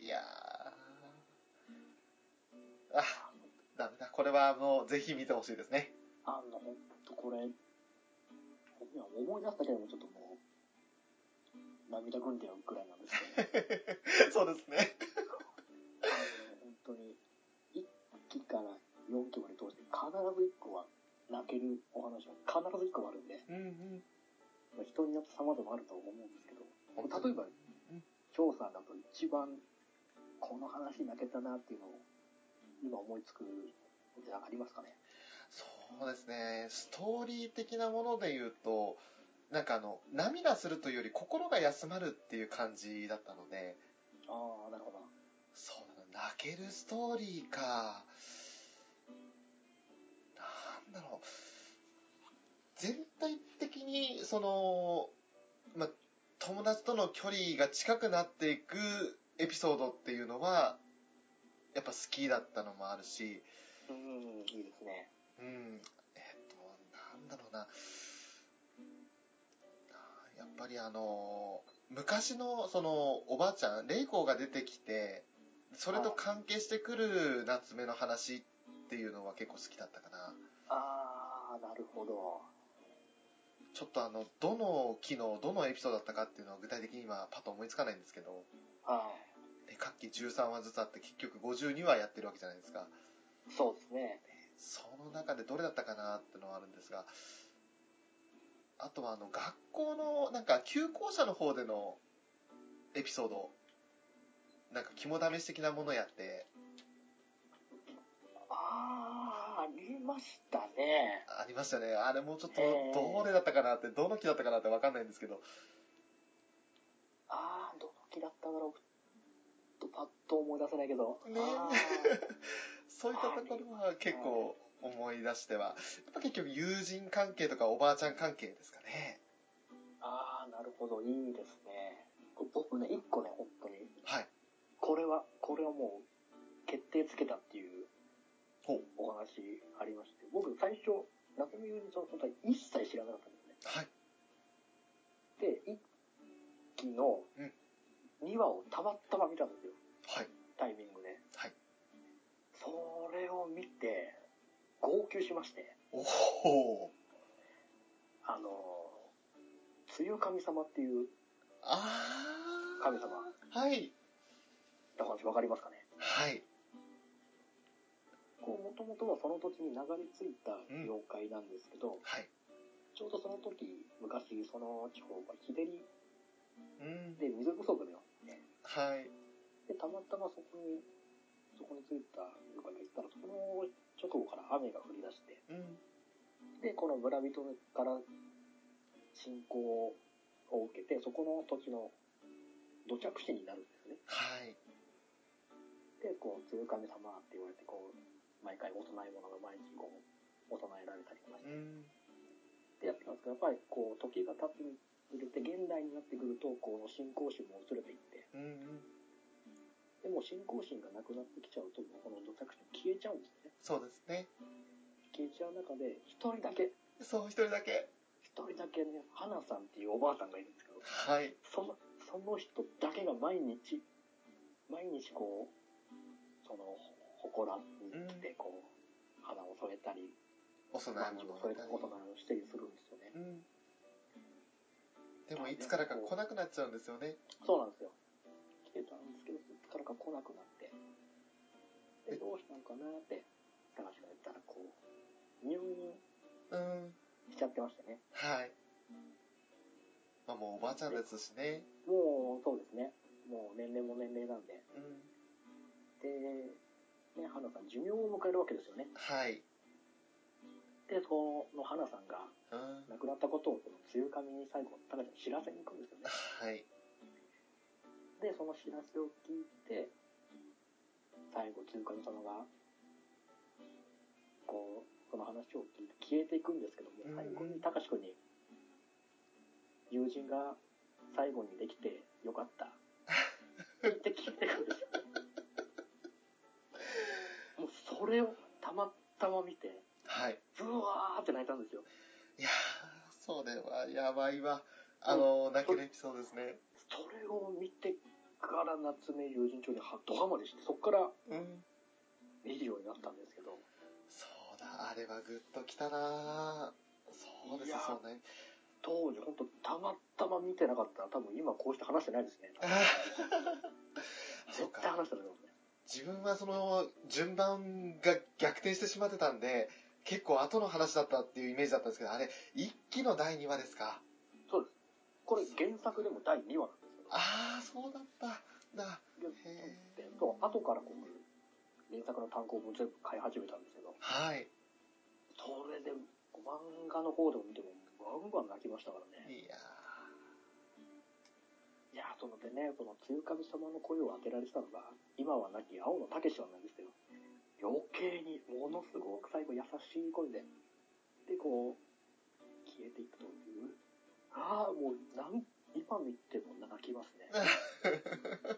S2: い。
S1: いやー。あ、ダメだ。これはもうぜひ見てほしいですね。
S2: あの、ほんとこれ、僕には思い出したけども、ちょっともう、涙ぐんでるぐらいなんです けど、
S1: そうですね。
S2: 本当に、1期から4期まで通して、必ず1個は泣けるお話は必ず1個はあるんで、
S1: うんうん。
S2: まあ人によって様々あると思うんですけど、例えば
S1: うん、
S2: 翔さんだと一番、この話泣けたなっていうのを、今思いつくのでありますかね。
S1: そうですね。ストーリー的なもので言うと、なんかあの、涙するというより心が休まるっていう感じだったので、
S2: ああ、なるほど。
S1: そうだな、泣けるストーリーか。なんだろう。全体的に、その、ま、友達との距離が近くなっていくエピソードっていうのは、やっぱ好きだったのもあるし、
S2: うん、いいですね。
S1: うん、えっと、なんだろうな。やっぱりあの、昔のそのおばあちゃん、玲子が出てきて、それと関係してくる夏目の話っていうのは結構好きだったかな。
S2: ああ、なるほど。
S1: ちょっとあの、どの機能、どのエピソードだったかっていうのは具体的に今パッと思いつかないんですけど、
S2: は
S1: で各期13話ずつあって結局52話やってるわけじゃないですか。
S2: い。そうですね。
S1: その中でどれだったかなってのはあるんですが、あとはあの学校のなんか休校舎の方でのエピソード、なんか肝試し的なものやって
S2: ああ、ありましたね。
S1: ありましたね。あれもうちょっと
S2: えー
S1: どれだったかなって、どの木だったかなってわかんないんですけど、
S2: ああ、どの木だったんだろう。とパッと思い出せないけど。
S1: ね
S2: あ
S1: そういったところは結構思い出しては、やっぱ結局友人関係とかおばあちゃん関係ですかね。
S2: ーあー、なるほど。いいですね。こ僕ね、一個ね、本当に。
S1: はい。
S2: これは、これはもう、決定つけたっていう
S1: ほう。
S2: お話ありまして。僕、最初、夏目友人さんの存在一切知らなかったんですね。
S1: はい。
S2: で、一期の
S1: うん
S2: 2話をたまたま見たんですよ。
S1: はい。
S2: タイミングで。
S1: はい。
S2: それを見て、号泣しまして、
S1: おほー。
S2: あの、梅雨神様っていう
S1: あー。
S2: 神様、
S1: はい。
S2: お話わかりますかね
S1: はい。
S2: こう、もともとはその土地に流れ着いた妖怪なんですけど、
S1: はい。
S2: ちょうどその時、昔、その地方が日照り
S1: うん。
S2: で水不足だよって、
S1: はい。
S2: で、たまたまそこに、そこに着いた妖怪がいたら、その直後から雨が降り出して、
S1: うん。
S2: で、この村人から信仰を受けて、そこの土地の土着地になるんですね。
S1: はい。
S2: で、こう、鶴神様って言われて、こう、毎回幼いものが毎日こう、幼えられたりとかし
S1: うん。
S2: ってやってたんですけど、やっぱりこう、時が経つにつれて、現代になってくると、こう、信仰心も薄れていって、
S1: うんうん。
S2: でも信仰心がなくなってきちゃうと、もうこの土着地も消えちゃうんですね。
S1: そうですね。
S2: 消えちゃう中で、一人だけ、
S1: そう、一人だけ。
S2: 一人だけね、花さんっていうおばあさんがいるんですけど、
S1: はい。
S2: その、その人だけが毎日、毎日こう、その、ほほこらに来て、こう、花を添えたり、
S1: お供え
S2: まんじゅう
S1: 物を
S2: を添
S1: 食べた
S2: えたり
S1: り
S2: お供えをしたりするんですよね。
S1: うん。でも、いつからか来なくなっちゃうんですよね。
S2: そうなんですよ。来てたんですけど、いつからか来なくなって、
S1: え
S2: で、どうしたのかなって話が言ったら、こう、入院
S1: うん。
S2: しちゃってましたね。
S1: はい。まあ、もうおばあちゃんですしね。
S2: もう、そうですね。もう年齢も年齢なんで。
S1: うん。
S2: で、ね、花さん寿命を迎えるわけですよね。
S1: はい。
S2: で、その花さんが、
S1: うん。
S2: 亡くなったことをこの梅雨神に最後、ただ知らせに行くんですよね。
S1: はい。
S2: で、その知らせを聞いて、最後、梅雨神様が、こう、その話を聞いて消えていくんですけども
S1: うん、
S2: 最後に高志くんに、友人が最後にできてよかった。って聞いてくるんですよね。もうそれをたまたま見て、
S1: はい。
S2: ブワーって泣いたんですよ。
S1: いやー、それはやばいわ。あのー、泣けるエピソードですね。
S2: それを見てから夏目友人帳にはドハマりして、そこから
S1: うん。
S2: 見るようになったんですけど、
S1: そうだ、あれはグッときたなーそうで
S2: い
S1: す
S2: やー
S1: そうね。
S2: 当時本当たまたま見てなかったら多分今こうして話してないですね。
S1: あーそ
S2: 絶
S1: う
S2: 対
S1: か。
S2: 話してないですね。
S1: 自分はその、順番が逆転してしまってたんで、結構後の話だったっていうイメージだったんですけど、あれ、一期の第2話ですか。
S2: そうです。これ原作でも第2話なんですよ。
S1: あー、そうだった。な、へ
S2: で、そう後からこう、原作の単行本全部買い始めたんですけど、
S1: はい。
S2: それで漫画の方でも見てもガンガン泣きましたからね。
S1: いや
S2: いやー、そのでね、この梅雨神様の声を当てられてたのが、今は亡き青野武さんなんですけど、余計にものすごく最後優しい声で、で、こう、消えていくという。ああ、もう、なん、今見ても泣きますね。
S1: ー。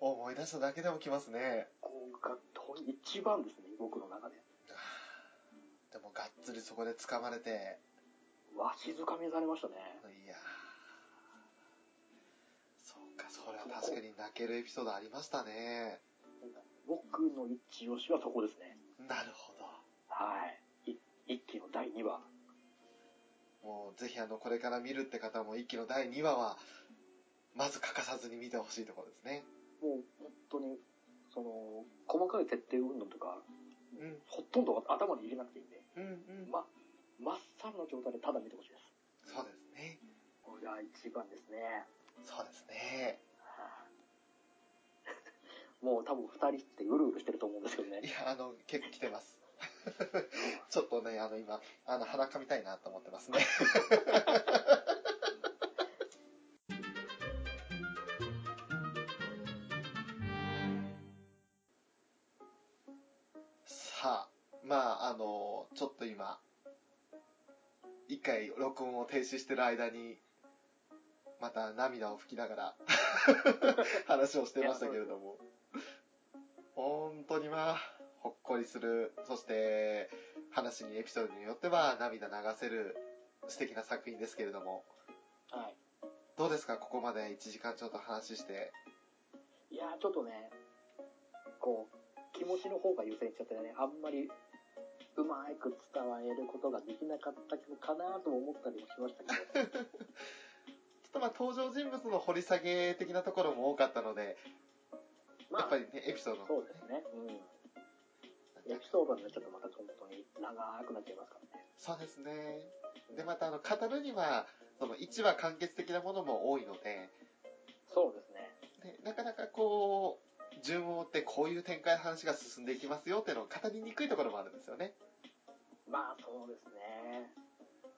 S1: 思い出しただけでもきますね。
S2: こうが、ほん一番ですね、僕の中で。
S1: でもがっつりそこで掴まれて、
S2: わしづかみにされましたね。
S1: いやーそうか、それは確かに泣けるエピソードありましたね。
S2: 僕の一押しはそこですね。
S1: なるほ
S2: はい。い一期の第2話。
S1: ど。もうぜひあの、これから見るって方も一期の第2話は、まず欠かさずに見てほしいところですね。
S2: もう、本当に、その、細かい設定運動とか、
S1: うん、
S2: ほとんど頭に入れなくていいんで、
S1: うん、うん。
S2: ま、まっさらの状態でただ見てほしいです。
S1: そうですね。
S2: これが一番ですね。
S1: そうですね。
S2: もう多分二人ってうるうるしてると思うんですけど
S1: い
S2: ね。
S1: や、あの、結構来てます。 ちょっとね、あの、今、あの、鼻かみたいなと思ってますね。 さあ、まあ、あの、ちょっと今、一回録音を停止してる間に、また涙を拭きながら 話をしてましたけれども、本当にまあ、ほっこりする、そして、話にエピソードによっては涙流せる素敵な作品ですけれども、
S2: はい。
S1: どうですか、ここまで1時間ちょっと話して。
S2: いやーちょっとね、こう、気持ちの方が優先しちゃってね、あんまり、うまく伝えることができなかったのかなとも思ったりもしましたけ
S1: ちょ
S2: ど、
S1: っとまあ登場人物の掘り下げ的なところも多かったので、
S2: ま
S1: や
S2: あ
S1: っぱ、りね、エピソードの
S2: そ
S1: 方
S2: うですね。うん。エピ
S1: ね。
S2: ソードになっちゃうとまた本当に長くなっちゃいますからね。
S1: そうですね。で、またあの、語るには、その1話完結的なものも多いので、
S2: そうですね。
S1: ねなかなかこう、順を追ってこういう展開の話が進んでいきますよっていうのを語りにくいところもあるんですよね。
S2: まあそうですね。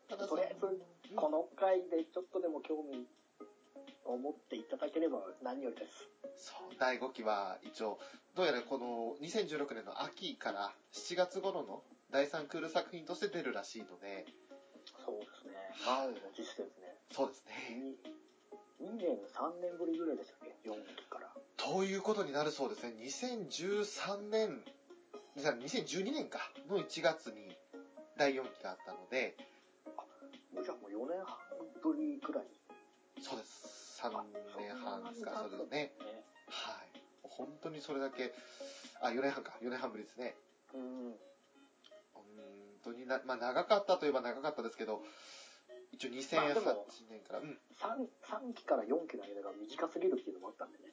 S1: ただ
S2: とりあえず、この回でちょっとでも興味思っていただければ何よりです。
S1: そう第5期は一応どうやらこの2016年の秋から7月頃の第3クール作品として出るらしいので
S2: そうですね。満を持してですね。
S1: そうですね
S2: に2年、3年ぶりぐらいでしたっけ ?4 期から。
S1: ということになるそうですね2013年2012年かの1月に第4期があったので
S2: もうじゃあもう4年半ぶりぐらい。
S1: そうです3年半ですかそうですね
S2: ね。
S1: はい本当にそれだけあ4年半か4年半ぶりですね
S2: うん。
S1: 本当にな、まあ、長かったといえば長かったですけど、一応2008
S2: まあでも
S1: 年から、うん、
S2: 3, 3期から4期の間が短すぎるっていうのもあったんでね。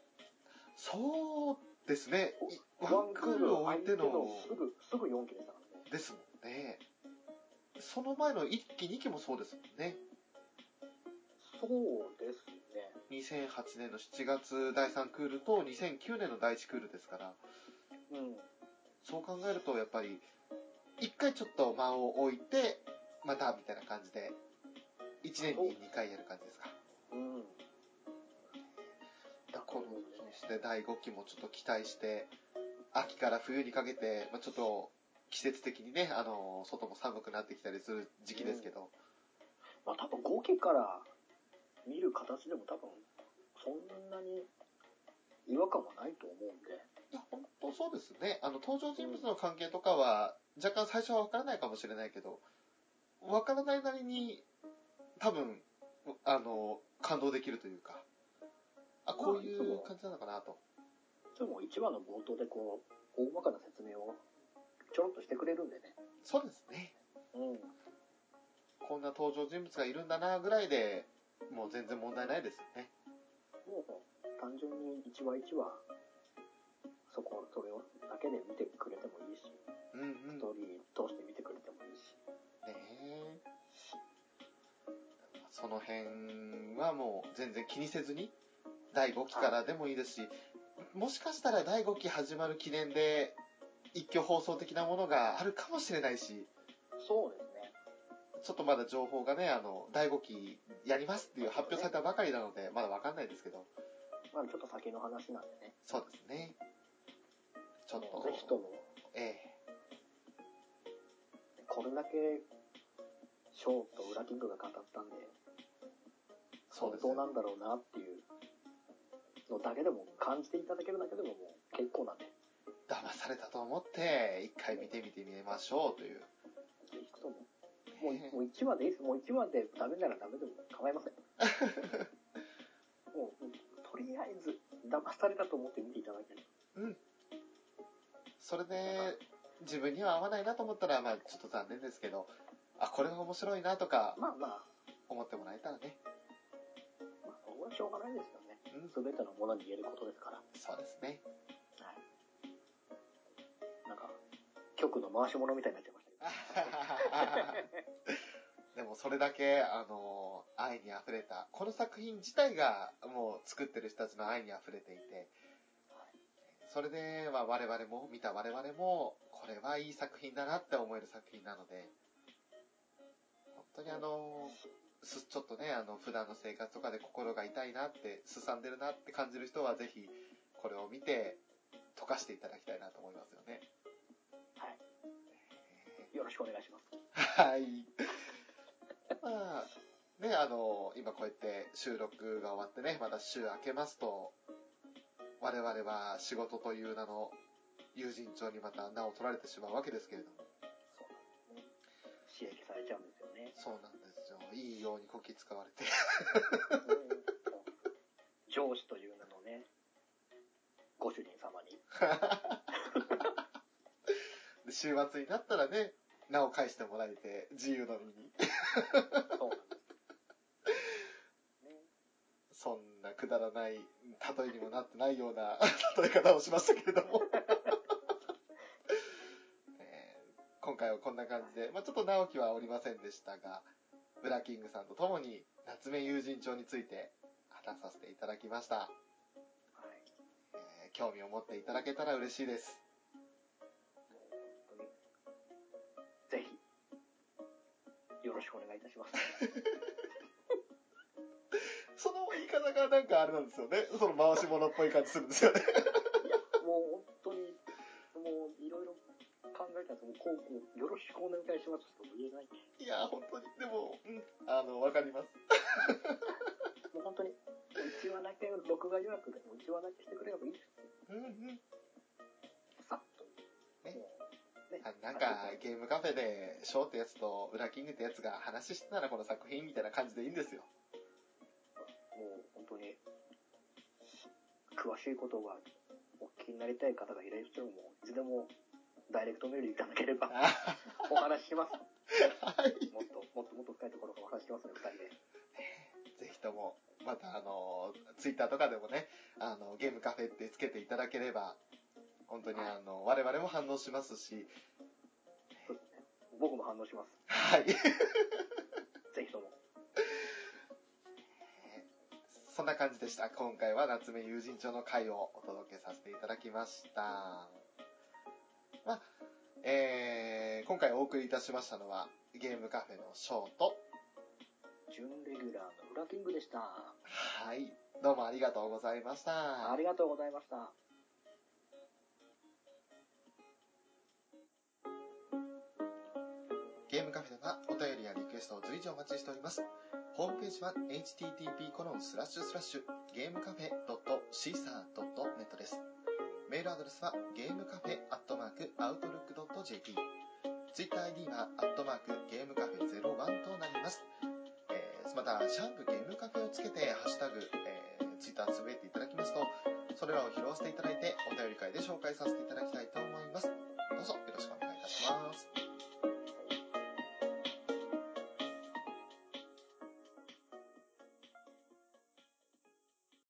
S1: そうですね、いワンクールを置いて
S2: ワンクール
S1: の
S2: を、すぐ、すぐ4期でしたからね。
S1: ですもんね。その前の1期、2期もそうですもんね。
S2: そうですね。
S1: 2008年の7月第3クールと2009年の第1クールですから、
S2: うん。
S1: そう考えるとやっぱり、1回ちょっと間を置いて、またみたいな感じで、1年に2回やる感じですか。
S2: うん。
S1: だこのそして第5期もちょっと期待して秋から冬にかけて、まあ、ちょっと季節的にねあの外も寒くなってきたりする時期ですけど、
S2: まあ多分5期から見る形でも多分そんなに違和感はないと思うんで。
S1: いや本当そうですねあの登場人物の関係とかは若干最初は分からないかもしれないけど分からないなりに多分あの感動できるというかあこういう感じなのかなと
S2: でも1話の冒頭でこう、大まかな説明をちょろっとしてくれるんでね。
S1: そうですね
S2: うん。
S1: こんな登場人物がいるんだなぐらいでもう全然問題ないですよね
S2: もう単純に1話1話、そこ、それをだけで見てくれてもいいし、
S1: うんうん
S2: ストーリー通して見てくれてもいいし。
S1: ねえその辺はもう全然気にせずに、第5期からでもいいですし、もしかしたら第5期始まる記念で、一挙放送的なものがあるかもしれないし、
S2: そうですね。
S1: ちょっとまだ情報がね、あの、第5期やりますっていう発表されたばかりなので、まだわかんないですけど、
S2: まあちょっと先の話なんでね。
S1: そうですね。ちょっ
S2: ぜひと
S1: と、
S2: も、
S1: ええ
S2: これだけ、ショーとウラキングが語ったんで、
S1: そうですね
S2: 本当なんだろうなっていうのだけでも感じていただけるだけでももう結構なんで、
S1: 騙されたと思って、一回見てみてみましょうという。
S2: ぜひとも。もう
S1: ね
S2: もう1話でいいです。もう1話でダメならダメでも構いません。もう、とりあえず騙されたと思って見ていただける。
S1: それで、自分には合わないなと思ったら、まあちょっと残念ですけど、あ、これは面白いなとか
S2: まあまあ、
S1: 思ってもらえたらね。
S2: まあ、そこはしょうがないですよね。
S1: うん、
S2: 全てのものに言えることですから。
S1: そうですね。
S2: はい。なんか、局の回し物みたいになっちゃいましたけど。
S1: でもそれだけ、あの、愛に溢れた、この作品自体がもう作ってる人たちの愛に溢れていて、それで、まあ我々も、見た我々も、これはいい作品だなって思える作品なので、本当にあの、すちょっとね、あの、普段の生活とかで心が痛いなって、すさんでるなって感じる人は、ぜひ、これを見て、溶かしていただきたいなと思いますよね。
S2: はい。よろしくお願いします。
S1: はい。まあ、ね、あの、今こうやって収録が終わってね、また週明けますと、我々は仕事という名の友人帳にまた名を取られてしまうわけですけれども、
S2: そうなんですね。刺激されちゃうんですよね。
S1: そうなんですよ。いいようにこき使われて。
S2: 上司という名のね、ご主人様に。
S1: で週末になったらね、名を返してもらえて、自由の身に。
S2: そうなんです。ね。
S1: そんなくだらない、例えにもなってないような 例え方をしましたけれども。 えー今回はこんな感じで、まあ、ちょっと直樹はおりませんでしたが、ブラキングさんと共に夏目友人帳について話させていただきました、
S2: はい。
S1: えー興味を持っていただけたら嬉しいです。
S2: もう本当に。ぜひ、よろしくお願いいたします。
S1: その言い方がなんかあれなんですよね。その回し物っぽい感じするんですよね。
S2: もう本当に、もういろいろ考えたんですけど、こうこう、よろしくお願いしますとも言えない。
S1: いやー、本当に。でも、うん、あの、わかります。
S2: もう本当に、うちはだけ、録画予約でもうちはだけしてくれればいいです。
S1: うんうん。
S2: さっと。
S1: ね
S2: もうね
S1: あなんか、ゲームカフェで、ショーってやつと、ウラキングってやつが話してたらこの作品みたいな感じでいいんですよ。
S2: もう本当に、詳しいことがお聞きになりたい方がいらっしゃるのも、いつでもダイレクトメールいただければ
S1: あ
S2: お話しします。
S1: はい。
S2: もっと、もっともっと深いところからお話ししますね、二人で。
S1: ぜひとも、またあの、ツイッターとかでもね、あの、ゲームカフェってつけていただければ、本当にあの、我々も反応しますし、
S2: そうですね。僕も反応します。
S1: はい。
S2: ぜひとも。
S1: そんな感じでした。今回は夏目友人帳の回をお届けさせていただきました。まあ、えー、今回お送りいたしましたのは、ゲームカフェのショーと、
S2: 準レギュラーの裏キングでした。
S1: はい。どうもありがとうございました。
S2: ありがとうございました。
S1: ゲームカフェではお便りやリクエストを随時お待ちしております。ホームページは http コロンスラッシュスラッシュゲームカフェ .caesar.net です。メールアドレスはゲームカフェアットマークアウトルック .jp。ツイッター ID はアットマークゲームカフェ01となります。えーまた、シャープゲームカフェをつけてハッシュタグ、えーツイッターつぶえていただきますと、それらを拾わせていただいてお便り会で紹介させていただきたいと思います。